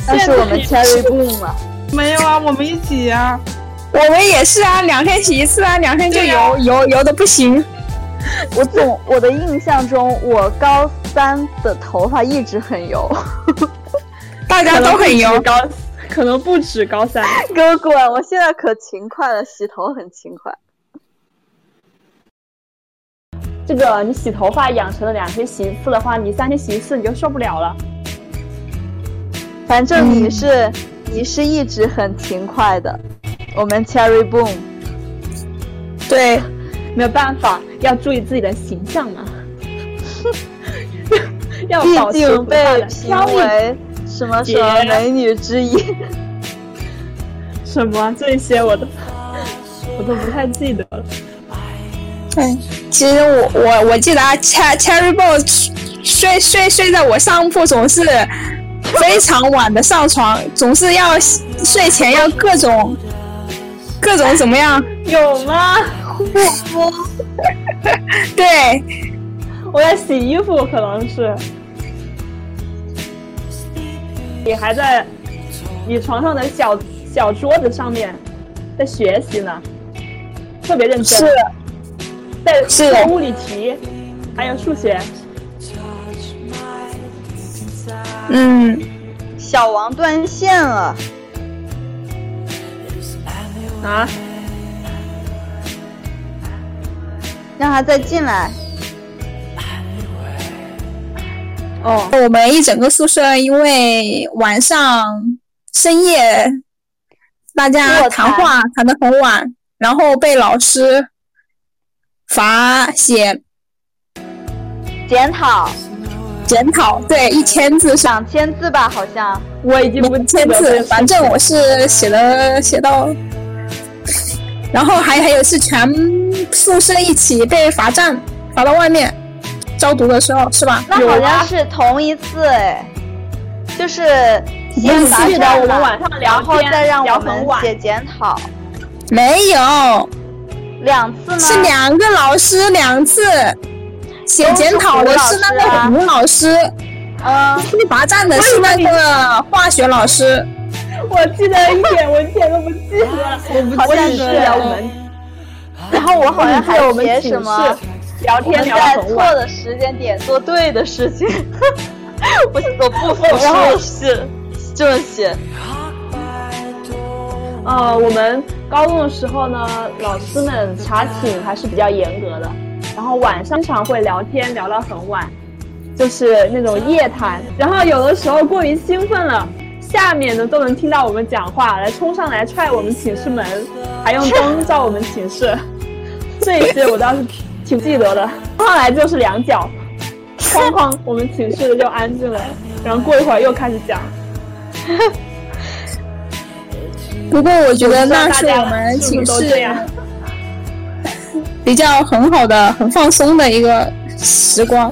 那是我们
现在
Cherry Boom 了，
没有啊，我们一起呀、
我们也是啊，两天洗一次啊，两天就
对
油、
呀
油油的不行。
我总我的印象中，我高三的头发一直很油，
大家
可能
都
不
很
止
油，
高，可能不止高三。
给我滚！我现在可勤快了，洗头很勤快。
这个你洗头发养成了两天洗一次的话，你三天洗一次你就受不了了。
反正你是、你是一直很勤快的，我们 Cherry Boom
对，
没有办法，要注意自己的形象嘛。 要保
毕
持
竟
不怕
被
的
评
挑一
为什么什么美女 之一，
什么这些我都我都不太记得了。
其实我我我记得啊，Cher Cherry b o y 睡睡睡在我上铺，总是非常晚的上床，总是要睡前要各种各各种怎么样？
有吗？
护肤，
对，
我在洗衣服，可能是。你还在你床上的小小桌子上面在学习呢，特别认真。
是
在
是
做物理题，还有数学。
嗯，
小王断线了，
啊，
让他再进来。
哦，
我们一整个宿舍因为晚上深夜大家
卧
谈
谈
话谈得很晚，然后被老师罚写
检讨
检讨，对，一千字上
两千字吧，好像
我已经不
五
记得
千
了
字，反正我是写了写到，然后还还有是全宿舍一起被罚站，罚到外面招读的时候是吧？
那
啊
好像是同一次哎，就是先
你
罚
记得
站
我们
了
晚上聊
然后
天
再让
聊
我
很
们
晚
写检讨，
没
啊
有，
两次吗？
是两个老师两次写检讨的是那
啊
个胡老师，
嗯，
被罚站的是那个化学老师。
我记得一点，我一点都不记得。我不
好像
记
是
得了我们
然后我好像还
嗯我们
写
寝室
什么，
聊
我
天
们
聊
在
得很
错
晚。
的时间点做对的事情， 我我不服
然后
输是这么写，
呃，我们高中的时候呢，老师们查寝还是比较严格的，然后晚上经常会聊天聊到很晚，就是那种夜谈。然后有的时候过于兴奋了，下面的都能听到我们讲话，来冲上来踹我们寝室门，还用灯照我们寝室。这一些我倒是挺记得的，上来就是两脚，哐哐，我们寝室就安静了。然后过一会儿又开始讲，
不过我觉
不
得
知道
那
大
是
家
我们
是不
寝
是都
室
这样。
比较很好的、很放松的一个时光，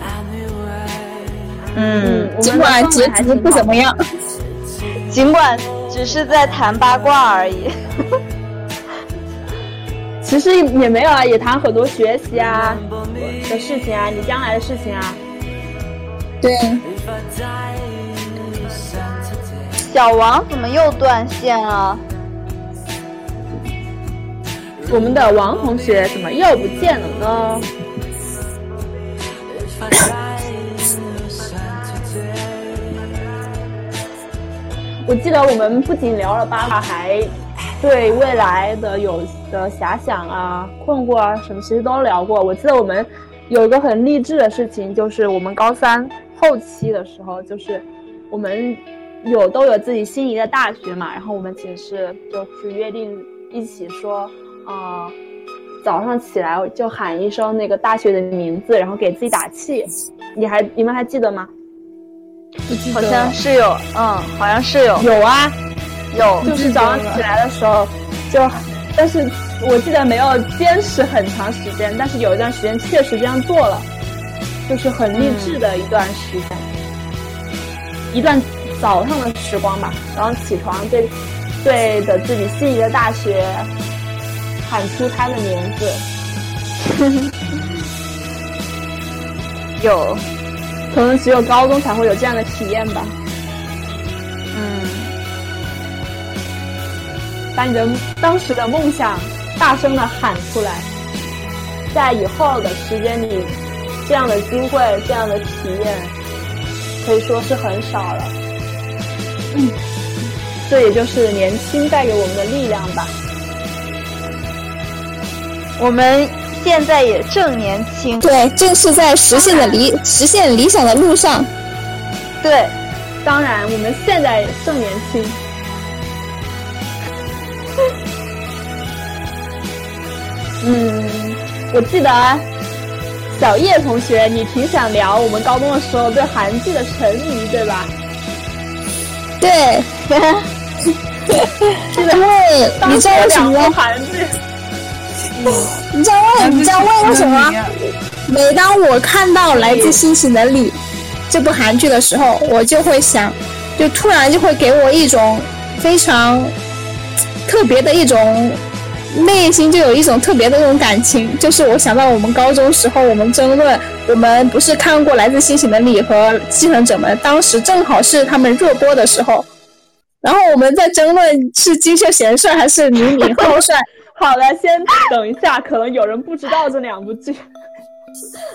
嗯，
我
尽
们的
管
氛围
结
还
局
挺
不
好
怎么样。
尽管只是在谈八卦而已，
其实也没有啊，也谈很多学习啊的事情啊，你将来的事情啊。
对，
小王怎么又断线啊了？
我们的王同学怎么又不见了呢？我记得我们不仅聊了八卦，还对未来的有的遐想啊、困惑啊什么，其实都聊过。我记得我们有一个很励志的事情，就是我们高三后期的时候，就是我们有都有自己心仪的大学嘛，然后我们寝室就是约定一起说，啊、早上起来我就喊一声那个大学的名字，然后给自己打气。你还你们还记得吗？
好像是有，嗯，好像是有
有啊，
有，
就是早上起来的时候就，但是我记得没有坚持很长时间，但是有一段时间确实这样做了，就是很励志的一段时间，一段早上的时光吧。然后起床对对着自己心仪的大学喊出他的名字，
有，
可能只有高中才会有这样的体验吧。
嗯，
把你的当时的梦想大声的喊出来，在以后的时间里，这样的机会、这样的体验，可以说是很少了。嗯，这也就是年轻带给我们的力量吧。
我们现在也正年轻，
对，正是在实现的理实现理想的路上，
对，
当然，我们现在正年轻。 嗯，我记得啊小叶同学，你挺想聊我们高中的时候对韩剧的沉迷，对吧？
对，因为你知道
当时
为什么
聊过
吗？
韩剧？
你知道为你知道为为什么吗？每当我看到《来自星星的你》这部韩剧的时候，我就会想，就突然就会给我一种非常特别的一种内心就有一种特别的那种感情，就是我想到我们高中时候我们争论，我们不是看过《来自星星的你》和《继承者们》，当时正好是他们热播的时候，然后我们在争论是金秀贤帅还是李敏镐帅。
好了，先等一下，可能有人不知道这两部剧，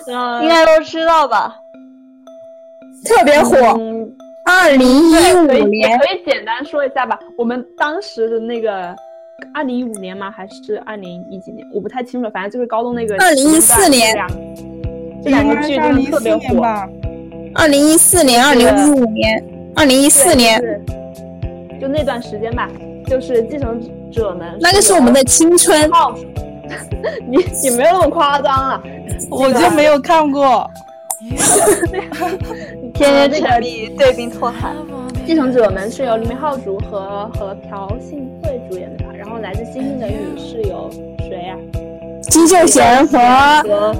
嗯，
应该都知道吧？
特别火。
嗯
二零一
对，可
五
以
年
可以简单说一下吧。我们当时的那个二零一五年吗？还是二零一几年？我不太清楚，反正就是高中那个
2014年
这两这两个剧真的特别火。
吧，
二零一四年、二零一五年、二零一四年，
对，就是就那段时间吧，就是继承者们。
那个是我们的青春。
靠， 你你没有那么夸张啊！
我就没有看过。
嗯
天天
呃这个
沉迷对冰拓海，
继承者们是由李明浩主和和朴信惠主演的吧？然后来自星星的你是由谁啊呀、
金秀贤和
和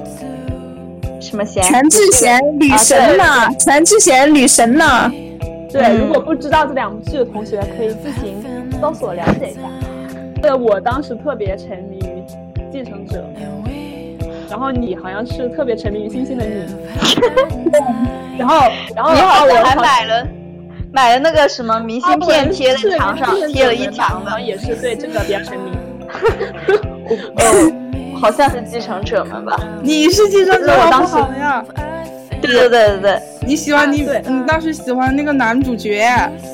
什么贤？
全智贤女神
啊
呐，全智贤女神呐，
对，
嗯
如果不知道这两部剧的同学，可以自行搜索了解一下。对，我当时特别沉迷于《继承者》，然后你好像是特别沉迷于《星星的你》， 然后，然后，
你
然后
好
我啊
像哦还买了买了那个什么明信片贴在墙上，贴了一墙
墙，好
的
像，也是对这个比较 沉迷。
好像是继承者们吧？
你是寄生者好不好呀？
对对对对对，
你喜欢你
啊对
你当时喜欢那个男主角，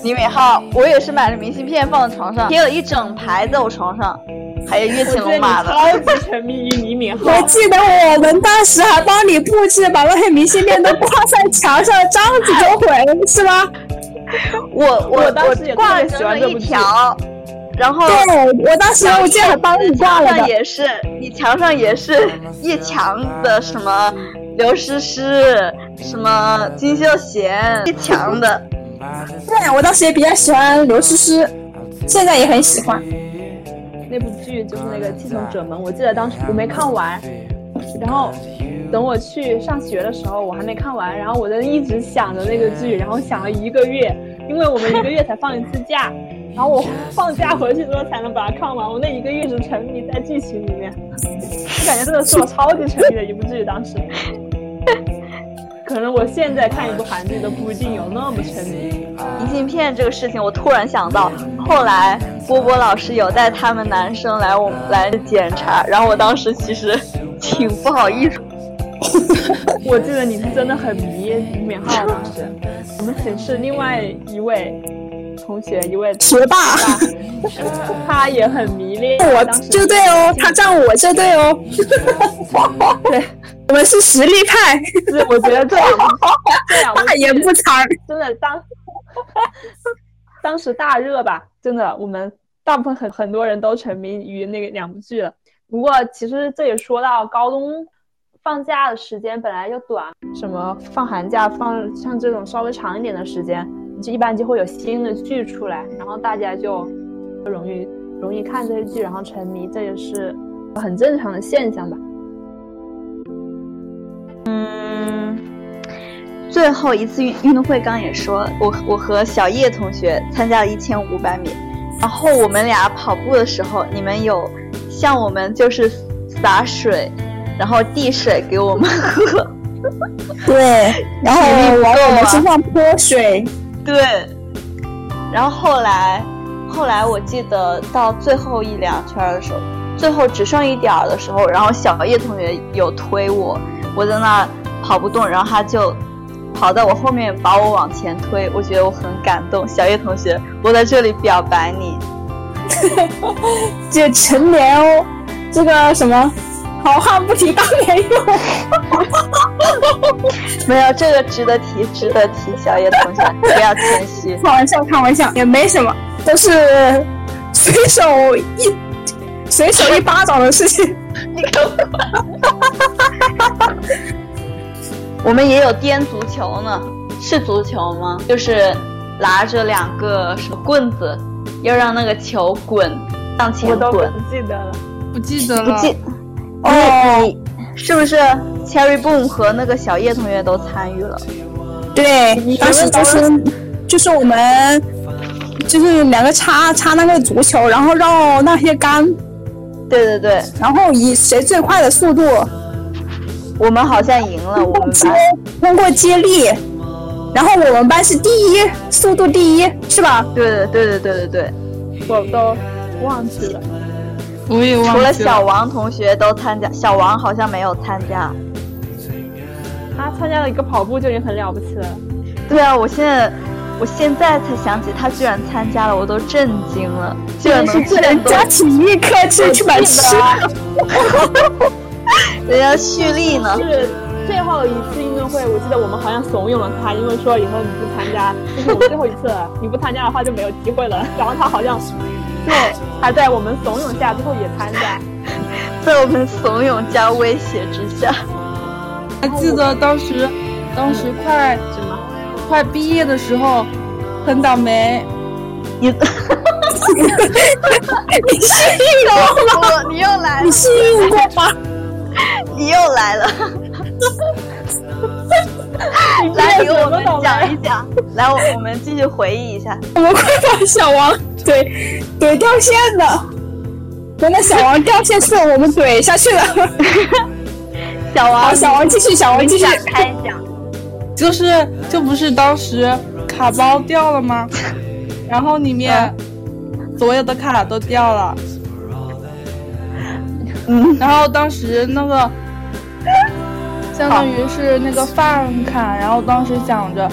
李敏镐，我也是买了明信片放在床上，贴了一整排在我床上，还有跃
我
起
觉得
龙
你
马的。
超级沉迷于李敏
我
镐，
记得我们当时还帮你布置，把那些明信片都挂在墙上，张子就回，是吧？
我我
我当时也
挂
特
了
别喜欢
整整
这
一
部剧
条，然后
啊
对，我当时我记得还帮你挂了
墙上
的。
也是，你墙上也是一墙的什么刘诗诗，什么金秀贤，一墙的。
对，我当时也比较喜欢刘诗诗，现在也很喜欢。
那部剧就是那个《继承者们》，我记得当时我没看完，然后等我去上学的时候，我还没看完，然后我就一直想着那个剧，然后想了一个月，因为我们一个月才放一次假，然后我放假回去之后才能把它看完，我那一个月一直沉迷在剧情里面，我感觉真的是我超级沉迷的一部剧，当时。 可能我现在看一部韩剧都不一定有那么沉迷。
明信片这个事情，我突然想到，后来波波老师有带他们男生来我们来检查，然后我当时其实挺不好意思，
我记得你是真的很迷李敏镐当时。我们寝室另外一位同学，一位
学霸，
他也很迷恋。
我
当时
就对哦，他站我这对哦。
对，
我们是实力派，
是我觉得这两部这 两部
大言不惭。
真的当当时大热吧，真的，我们大部分很很多人都沉迷于那个两部剧了。不过其实这也说到高中放假的时间本来就短，什么放寒假放像这种稍微长一点的时间，就一般就会有新的剧出来，然后大家就就容易容易看这些剧，然后沉迷，这也是很正常的现象吧。
最后一次运运动会刚也说，我我和小叶同学参加了一千五百米，然后我们俩跑步的时候，你们有像我们就是洒水，然后递水给我们喝，
对，然后
体力不
往
够
我们
啊
身上泼水，
对，然后后来，后来我记得到最后一两圈儿的时候，最后只剩一点儿的时候，然后小叶同学有推我，我在那儿跑不动，然后他就跑到我后面把我往前推，我觉得我很感动。小叶同学，我在这里表白你，
就陈年哦，这个什么，好汉不提当年勇。。
没有这个值得提，值得提，小叶同学，不要谦虚
开玩笑，开玩笑，也没什么，都是随手一随手一巴掌的事情。
我们也有颠足球呢，是足球吗？就是拿着两个什么棍子，要让那个球滚向
我
前
都不
滚。
记得了。
不记得
不
了。
记，
哦，
是不是 Cherry Boom 和那个小叶同学都参与了？
对，当时就是就是我们就是两个插插那个足球，然后绕那些杆，
对对对，
然后以谁最快的速度
我们好像赢了，我们
接
班
通过接力，然后我们班是第一，速度第一，是吧？
对对对对对对对，
我都忘记了。
我也
除了小王同学都参加，小王好像没有参加。
他参加了一个跑步就已经很了不起了。
对啊，我现在我现在才想起他居然参加了，我都震惊了，居然能这
人
么
家体育课去去买吃的，
人家蓄力呢
就。是最后一次运动会，我记得我们好像怂恿了他，因为说以后你不参加，这是我们最后一次了，你不参加的话就没有机会了。然后他好像就还在我们怂恿下，最后也参加。
在我们怂恿加威胁之下，
还记得当时，当时快快毕业的时候，很倒霉，
你
你适应了吗？
我 你又来了
你，适应过吗？
你又来了，来给我们讲一讲，来我我们继续回忆一下，
我们快把小王怼怼掉线了，原来小王掉线是我们怼下去了。
小
好，
王
小王继续，小王继续。
展开讲，
就是这不是当时卡包掉了吗？然后里面所有的卡都掉了。嗯，然后当时那个 相当于是那个饭卡，然后当时想着，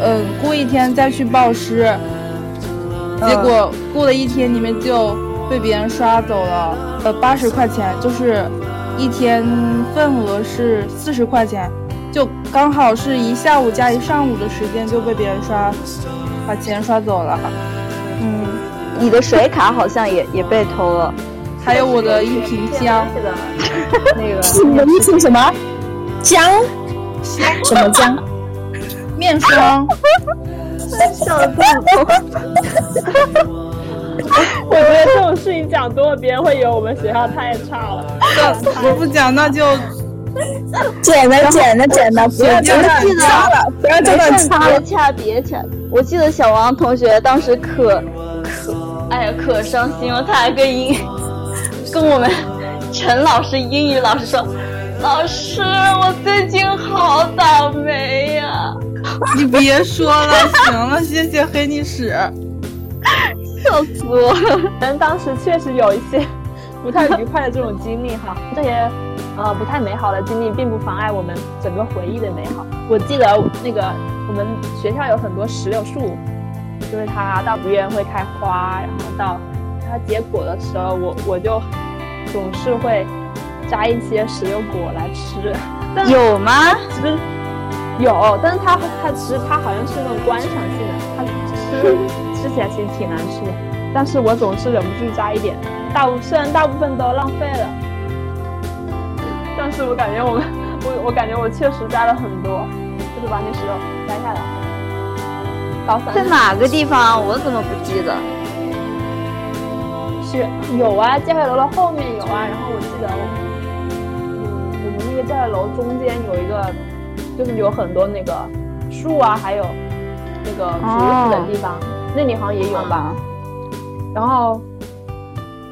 嗯，过一天再去报失，结果过了一天，里面就被别人刷走了，呃，八十块钱，就是一天份额是四十块钱，就刚好是一下午加一上午的时间就被别人刷，把钱刷走了，
嗯，你的水卡好像也也被偷了，
还有我的一瓶姜，
那个
你的意思是什么？姜？什么姜？
面霜，
笑得这么痛，
我觉得这种事情讲多了，别人会以为我们学校太差了。
我不讲那就
剪了，剪了，剪了，不要这么
记得
擦了，不要这么擦了
别。掐别掐，我记得小王同学当时可可，哎呀可伤心了，他还跟英 跟我们陈老师英语老师说，老师我最近好倒霉呀、
你别说了，行了，谢谢黑历史，
笑死我了。
人当时确实有一些 不太愉快的这种经历哈，这些呃不太美好的经历，并不妨碍我们整个回忆的美好。我记得那个我们学校有很多石榴树，就是它到五月会开花，然后到它结果的时候，我我就总是会摘一些石榴果来吃。
有吗？
只是有，但是它它其实它好像是那种观赏性的，它吃吃起来其实挺难吃的，但是我总是忍不住加一点，大部虽然大部分都浪费了，但是我感觉我 我我感觉我确实加了很多，就是把那石榴摘下来，高三
在哪个地方？我怎么不记得？
是有啊，教学楼的后面有啊。然后我记得我们，嗯，我们那个教学楼中间有一个，就是有很多那个树啊，还有那个竹子的地方，
哦
那里好像也有吧。
嗯
然后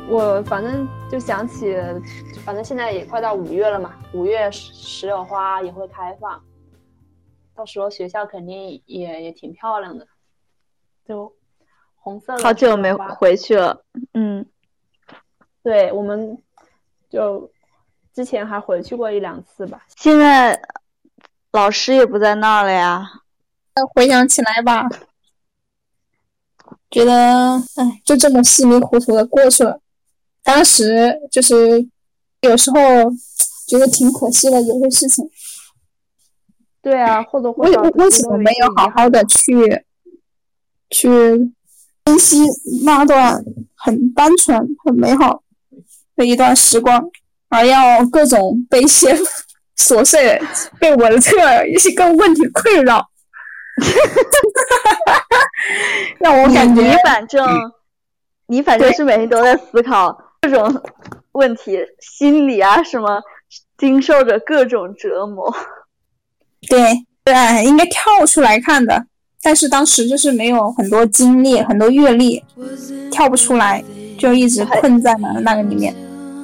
我反正就想起，反正现在也快到五月了嘛，五月石石榴花也会开放，到时候学校肯定也也挺漂亮的，就红色的
好久没
石榴花
回去了。嗯，
对，我们就之前还回去过一两次吧。
现在老师也不在那儿了呀。
回想起来吧，觉得哎，就这么稀里糊涂的过去了。当时就是有时候觉得挺可惜的，有些事情
对啊，或者或
为
者
为什么没有好好的去去珍惜那段很单纯、很美好的一段时光，而要各种被一些 琐碎、被我的这个一些个问题困扰，让我感
你
觉
反正，你反正
对
是每天都在思考各种问题，心理啊什么，经受着各种折磨。
对对，应该跳出来看的。但是当时就是没有很多经历、很多阅历，跳不出来，就一直困在那那个里面。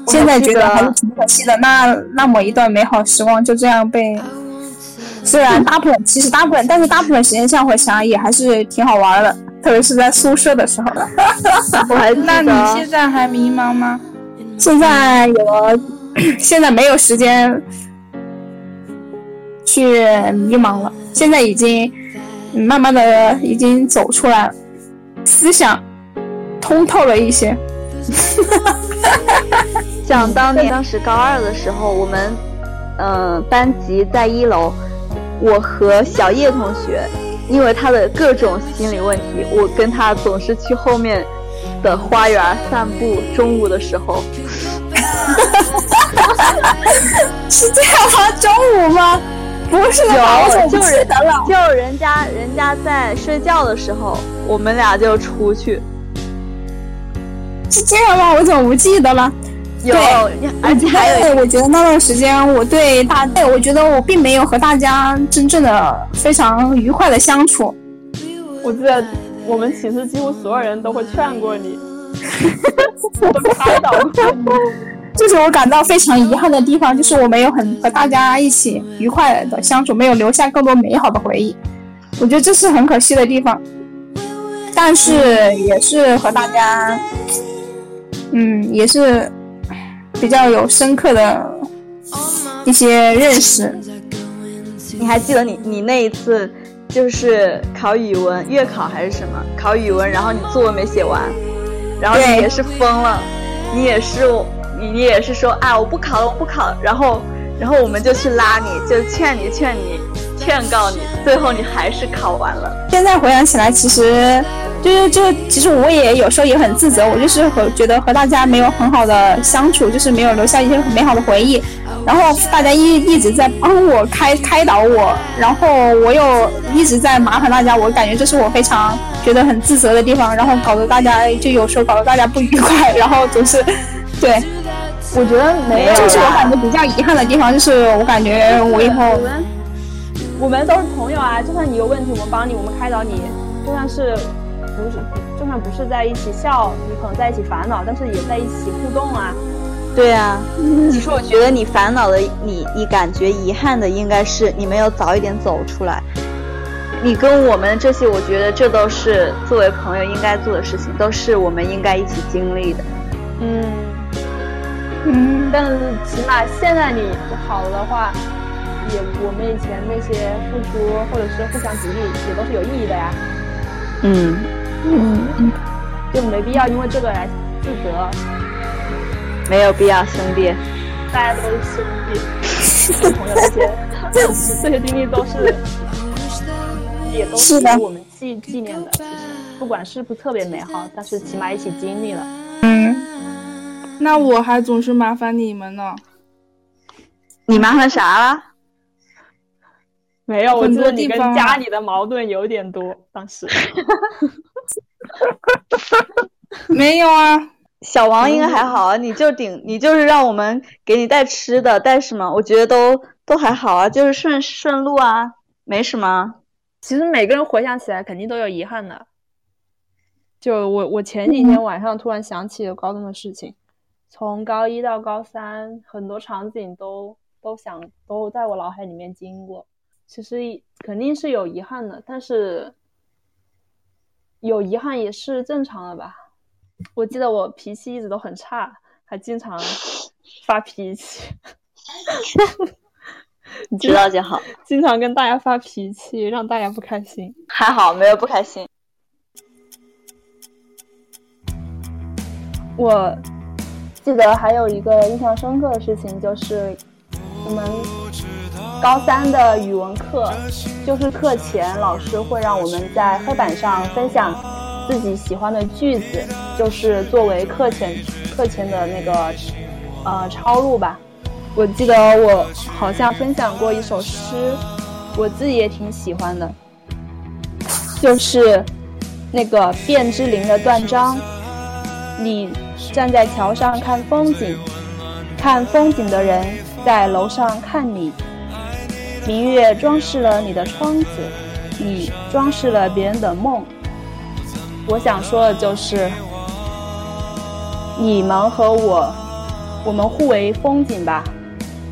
现在觉得还是挺可惜的。那那么一段美好时光就这样
啊
被，虽然大部分其实大部分，但是大部分时间上回想也还是挺好玩的，特别是在宿舍的时候。
我还记
那
得
你现在还迷茫吗？
现在有了，现在没有时间去迷茫了。现在已经嗯慢慢的已经走出来了，思想通透了一些。
想当年当时高二的时候，我们嗯、呃班级在一楼，我和小叶同学，因为他的各种心理问题，我跟他总是去后面的花园散步。中午的时候，
是这样吗？中午吗？不是吧？我
有
怎么不记得了？
就人家人家在睡觉的时候，我们俩就出去。
是这样吗？我怎么不记得了？
有
对，
而 且还有一
对，我觉得那段时间我对大，对我觉得我并没有和大家真正的非常愉快的 相处。
我记得我们寝室几乎所有人都会劝过你，我们开导过你。
这是我感到非常遗憾的地方，就是我没有很和大家一起愉快的相处，没有留下更多美好的回忆。我觉得这是很可惜的地方，但是也是和大家，嗯，也是比较有深刻的一些认识。
你还记得你你那一次就是考语文月考还是什么考语文，然后你作文没写完，然后你
对
也是疯了，你也是你你也是说啊我不考了我不考了，然后然后我们就去拉你，就劝你劝你劝告你，最后你还是考完了。
现在回想起来，其实就是就其实我也有时候也很自责，我就是和觉得和大家没有很好的相处，就是没有留下一些很美好的回忆。然后大家一一直在帮我开开导我，然后我又一直在麻烦大家，我感觉这是我非常觉得很自责的地方，然后搞得大家就有时候搞得大家不愉快， 然后总是对，
我觉得没有啦，
这是我感觉比较遗憾的地方，就是我感觉我以后
我们我们都是朋友啊，就算你有问题，我们帮你，我们开导你，就算是不是就算不是在一起笑，你可能在一起烦恼，但是也在一起互动啊。
对啊，其实我觉得你烦恼的，你你感觉遗憾的应该是你没有早一点走出来。你跟我们这些，我觉得这都是作为朋友应该做的事情，都是我们应该一起经历的。
嗯，
嗯，
但是起码现在你不好的话，也我们以前那些付出或者是互相鼓励，也都是有意义的呀，
嗯，
就没必要因为这个来自责。
没有必要，兄弟。
大家都是兄弟，是朋友这些这些经历都是，也都
是的
我们纪纪念的，就是不管是不是特别美好，但是起码一起经历了。
那我还总是麻烦你们呢。
你麻烦啥啊啦？
没有，我
很
觉
多
得你
地
跟
方啊
家里的矛盾有点多，当时
没有啊，
小王应该还好啊，你就顶你就是让我们给你带吃的，带什么？我觉得都都还好啊，就是顺顺路啊，没什么。
其实每个人回想起来肯定都有遗憾的。就我我前几天晚上突然想起了高中的事情，从高一到高三，很多场景都都想都在我脑海里面经过。其实一肯定是有遗憾的，但是有遗憾也是正常的吧。我记得我脾气一直都很差，还经常发脾气。
你知道就好，
经常跟大家发脾气，让大家不开心。
还好没有不开心。
我记得还有一个印象深刻的事情，就是我们高三的语文课，就是课前老师会让我们在黑板上分享自己喜欢的句子，就是作为课前课前的那个呃抄录吧。我记得我好像分享过一首诗，我自己也挺喜欢的，就是那个卞之琳的《断章》。你站在桥上看风景，看风景的人在楼上看你。明月装饰了你的窗子，你装饰了别人的梦。我想说的就是，你们和我我们互为风景吧，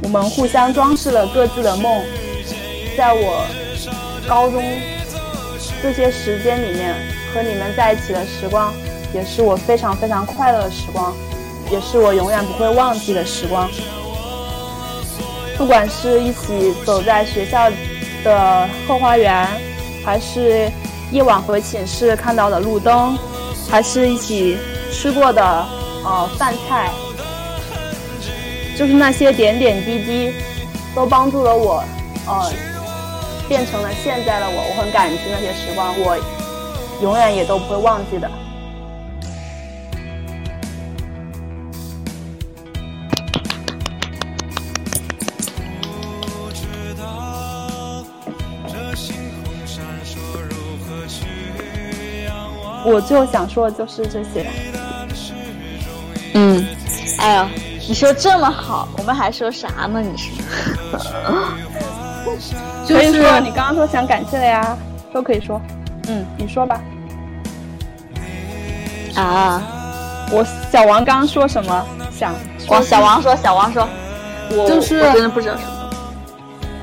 我们互相装饰了各自的梦。在我高中这些时间里面，和你们在一起的时光，也是我非常非常快乐的时光，也是我永远不会忘记的时光。不管是一起走在学校的后花园，还是夜晚回寝室看到的路灯，还是一起吃过的呃饭菜，就是那些点点滴滴，都帮助了我，呃，变成了现在的我。我很感激那些时光，我永远也都不会忘记的。我最后想说的就是这些。
嗯，哎呀，你说这么好，我们还说啥呢？你说，
所以说你刚刚说想感谢的呀，都可以说。嗯，你说吧。
啊，
我小王刚刚说什么？想
王小王说，小王说，我
就是
我真的不知道什么。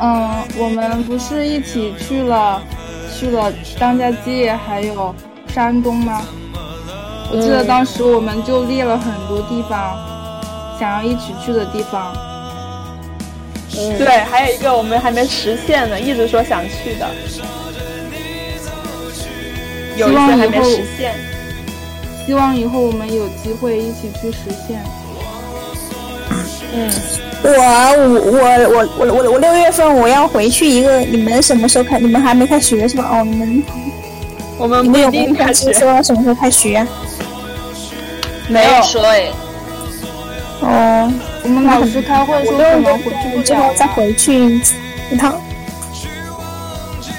嗯，我们不是一起去了去了张家界，还有山东吗？我记得当时我们就列了很多地方，想要一起去的地方。
嗯
对，还有一个我们还没实现的，一直说想去的，有一
希
些
望以
还没
后
实现。
希望以后我们有机会一起去实现。
嗯，
我我我我我我六月份我要回去一个，你们什么时候开？你们还没开学是吧？哦，你们
我们
你
不
们
一
有没
定
有
开
通
始
知，说什么时候开学啊？
没
没
有
有说哎，
哦，
我们老师开会说
我
可
六
能
月
回去
份
不
之后
了，
再回去一趟，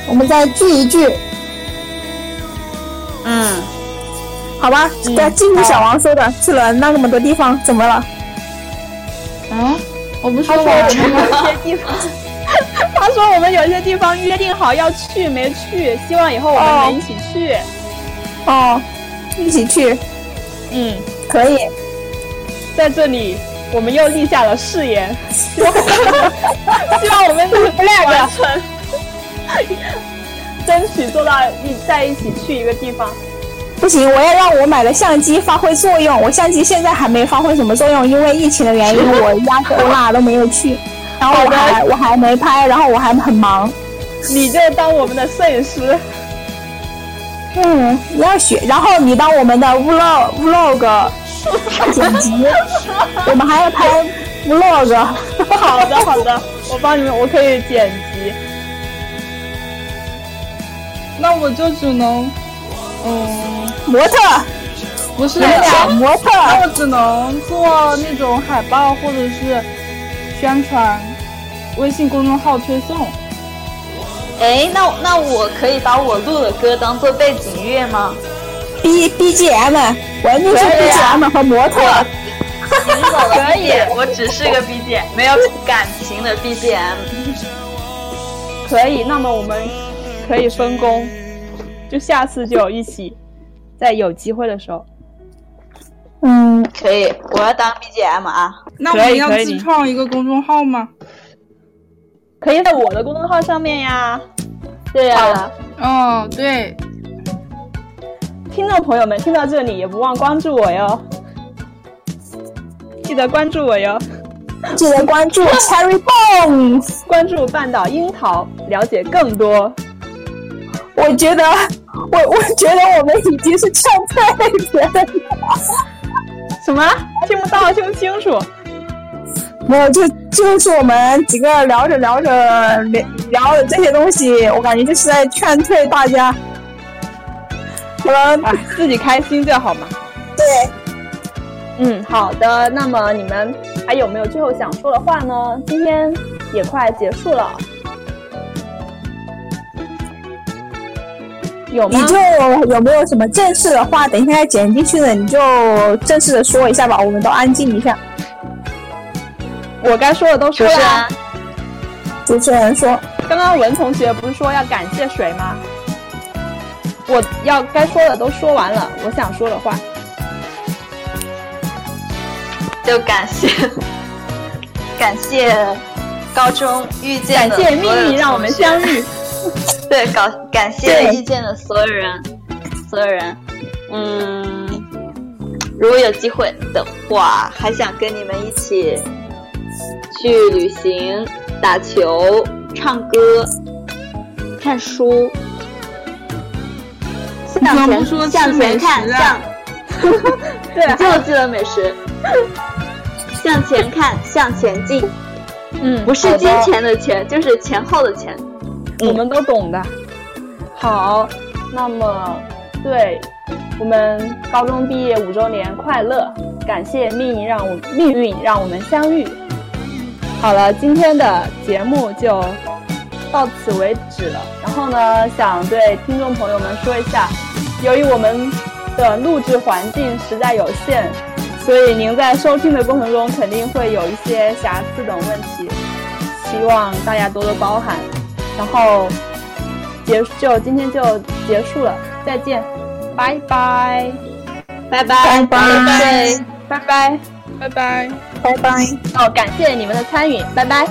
我们再聚一聚，
嗯，
好吧？再记住小王说的，去了那么多地方，怎么了？
嗯，我不是
他
说我
说我们有些地方， 他说我们有些地方约定好要去没去，希望以后我们能一起去。
哦，一起去
嗯，
可以。
在这里我们又立下了誓言，希望希望我们能完成，争取做到一在一起去一个地方。
不行，我要让我买的相机发挥作用。我相机现在还没发挥什么作用，因为疫情的原因，我压根我哪都没有 去。然后我还我还没拍，然后我还很忙。
你就当我们的摄影师，
嗯，要学。然后你当我们的 vlog vlog 剪辑，我们还要拍 vlog。
好的好的，我帮你们，我可以剪辑。
那我就只能，嗯，
模特，
不是
你们
啊
俩模特，
那我只能做那种海报或者是宣传微信公众号推送。
哎，那那我可以把我录的歌当做背景乐吗？
B B G M，我要录制
对
B G
呀
M 和模特。
可以，我只是个 BGM，没有感情的 BGM。
可以，那么我们可以分工，就下次就一起，在有机会的时候。
嗯，
可以，我要当 BGM 啊。
那我
可
们
以
要
可以
自创一个公众号吗？
可以在我的公众号上面呀。
对呀、啊，
哦，对，
听众朋友们听到这里也不忘关注我哟，记得关注我哟，
记得关注 Cherry Bones。
关注半岛樱桃，了解更多。
我觉得，我我觉得我们已经是站在别人
什么？听不到，听不清楚。
没有，就就是我们几个聊着聊着聊聊着这些东西，我感觉就是在劝退大家。我们
啊，自己开心就好嘛。
对，
嗯，好的。那么你们还有没有最后想说的话呢？今天也快结束了，有吗
你？就有没有什么正式的话？等一下剪进去的，你就正式的说一下吧。我们都安静一下。
我该说的都说
主持
了
人
啊。，
主持人说，
刚刚文同学不是说要感谢谁吗？我要该说的都说完了，我想说的话。
就感谢感谢高中遇
感
见的
谢
所有
命运
同
让我们
学
相遇。
对，感感谢
对
遇见的所有人，所有人，嗯，如果有机会的话，还想跟你们一起去旅行、打球、唱歌、看书，向
怎么
前
不说
向
吃
前
美
看，
食啊
向，对，就记得美食，向前看，向前进，
嗯，
不是
好的
金钱的钱，就是前后的钱。
我们都懂的。好，那么对我们高中毕业五周年快乐！感谢命运让我命运让我们相遇。好了，今天的节目就到此为止了。然后呢，想对听众朋友们说一下，由于我们的录制环境实在有限，所以您在收听的过程中肯定会有一些瑕疵等问题，希望大家多多包涵。然后结就今天就结束了，再见，拜拜，
拜拜，
拜拜
拜拜，
拜拜。
拜拜。
哦，感谢你们的参与，拜拜。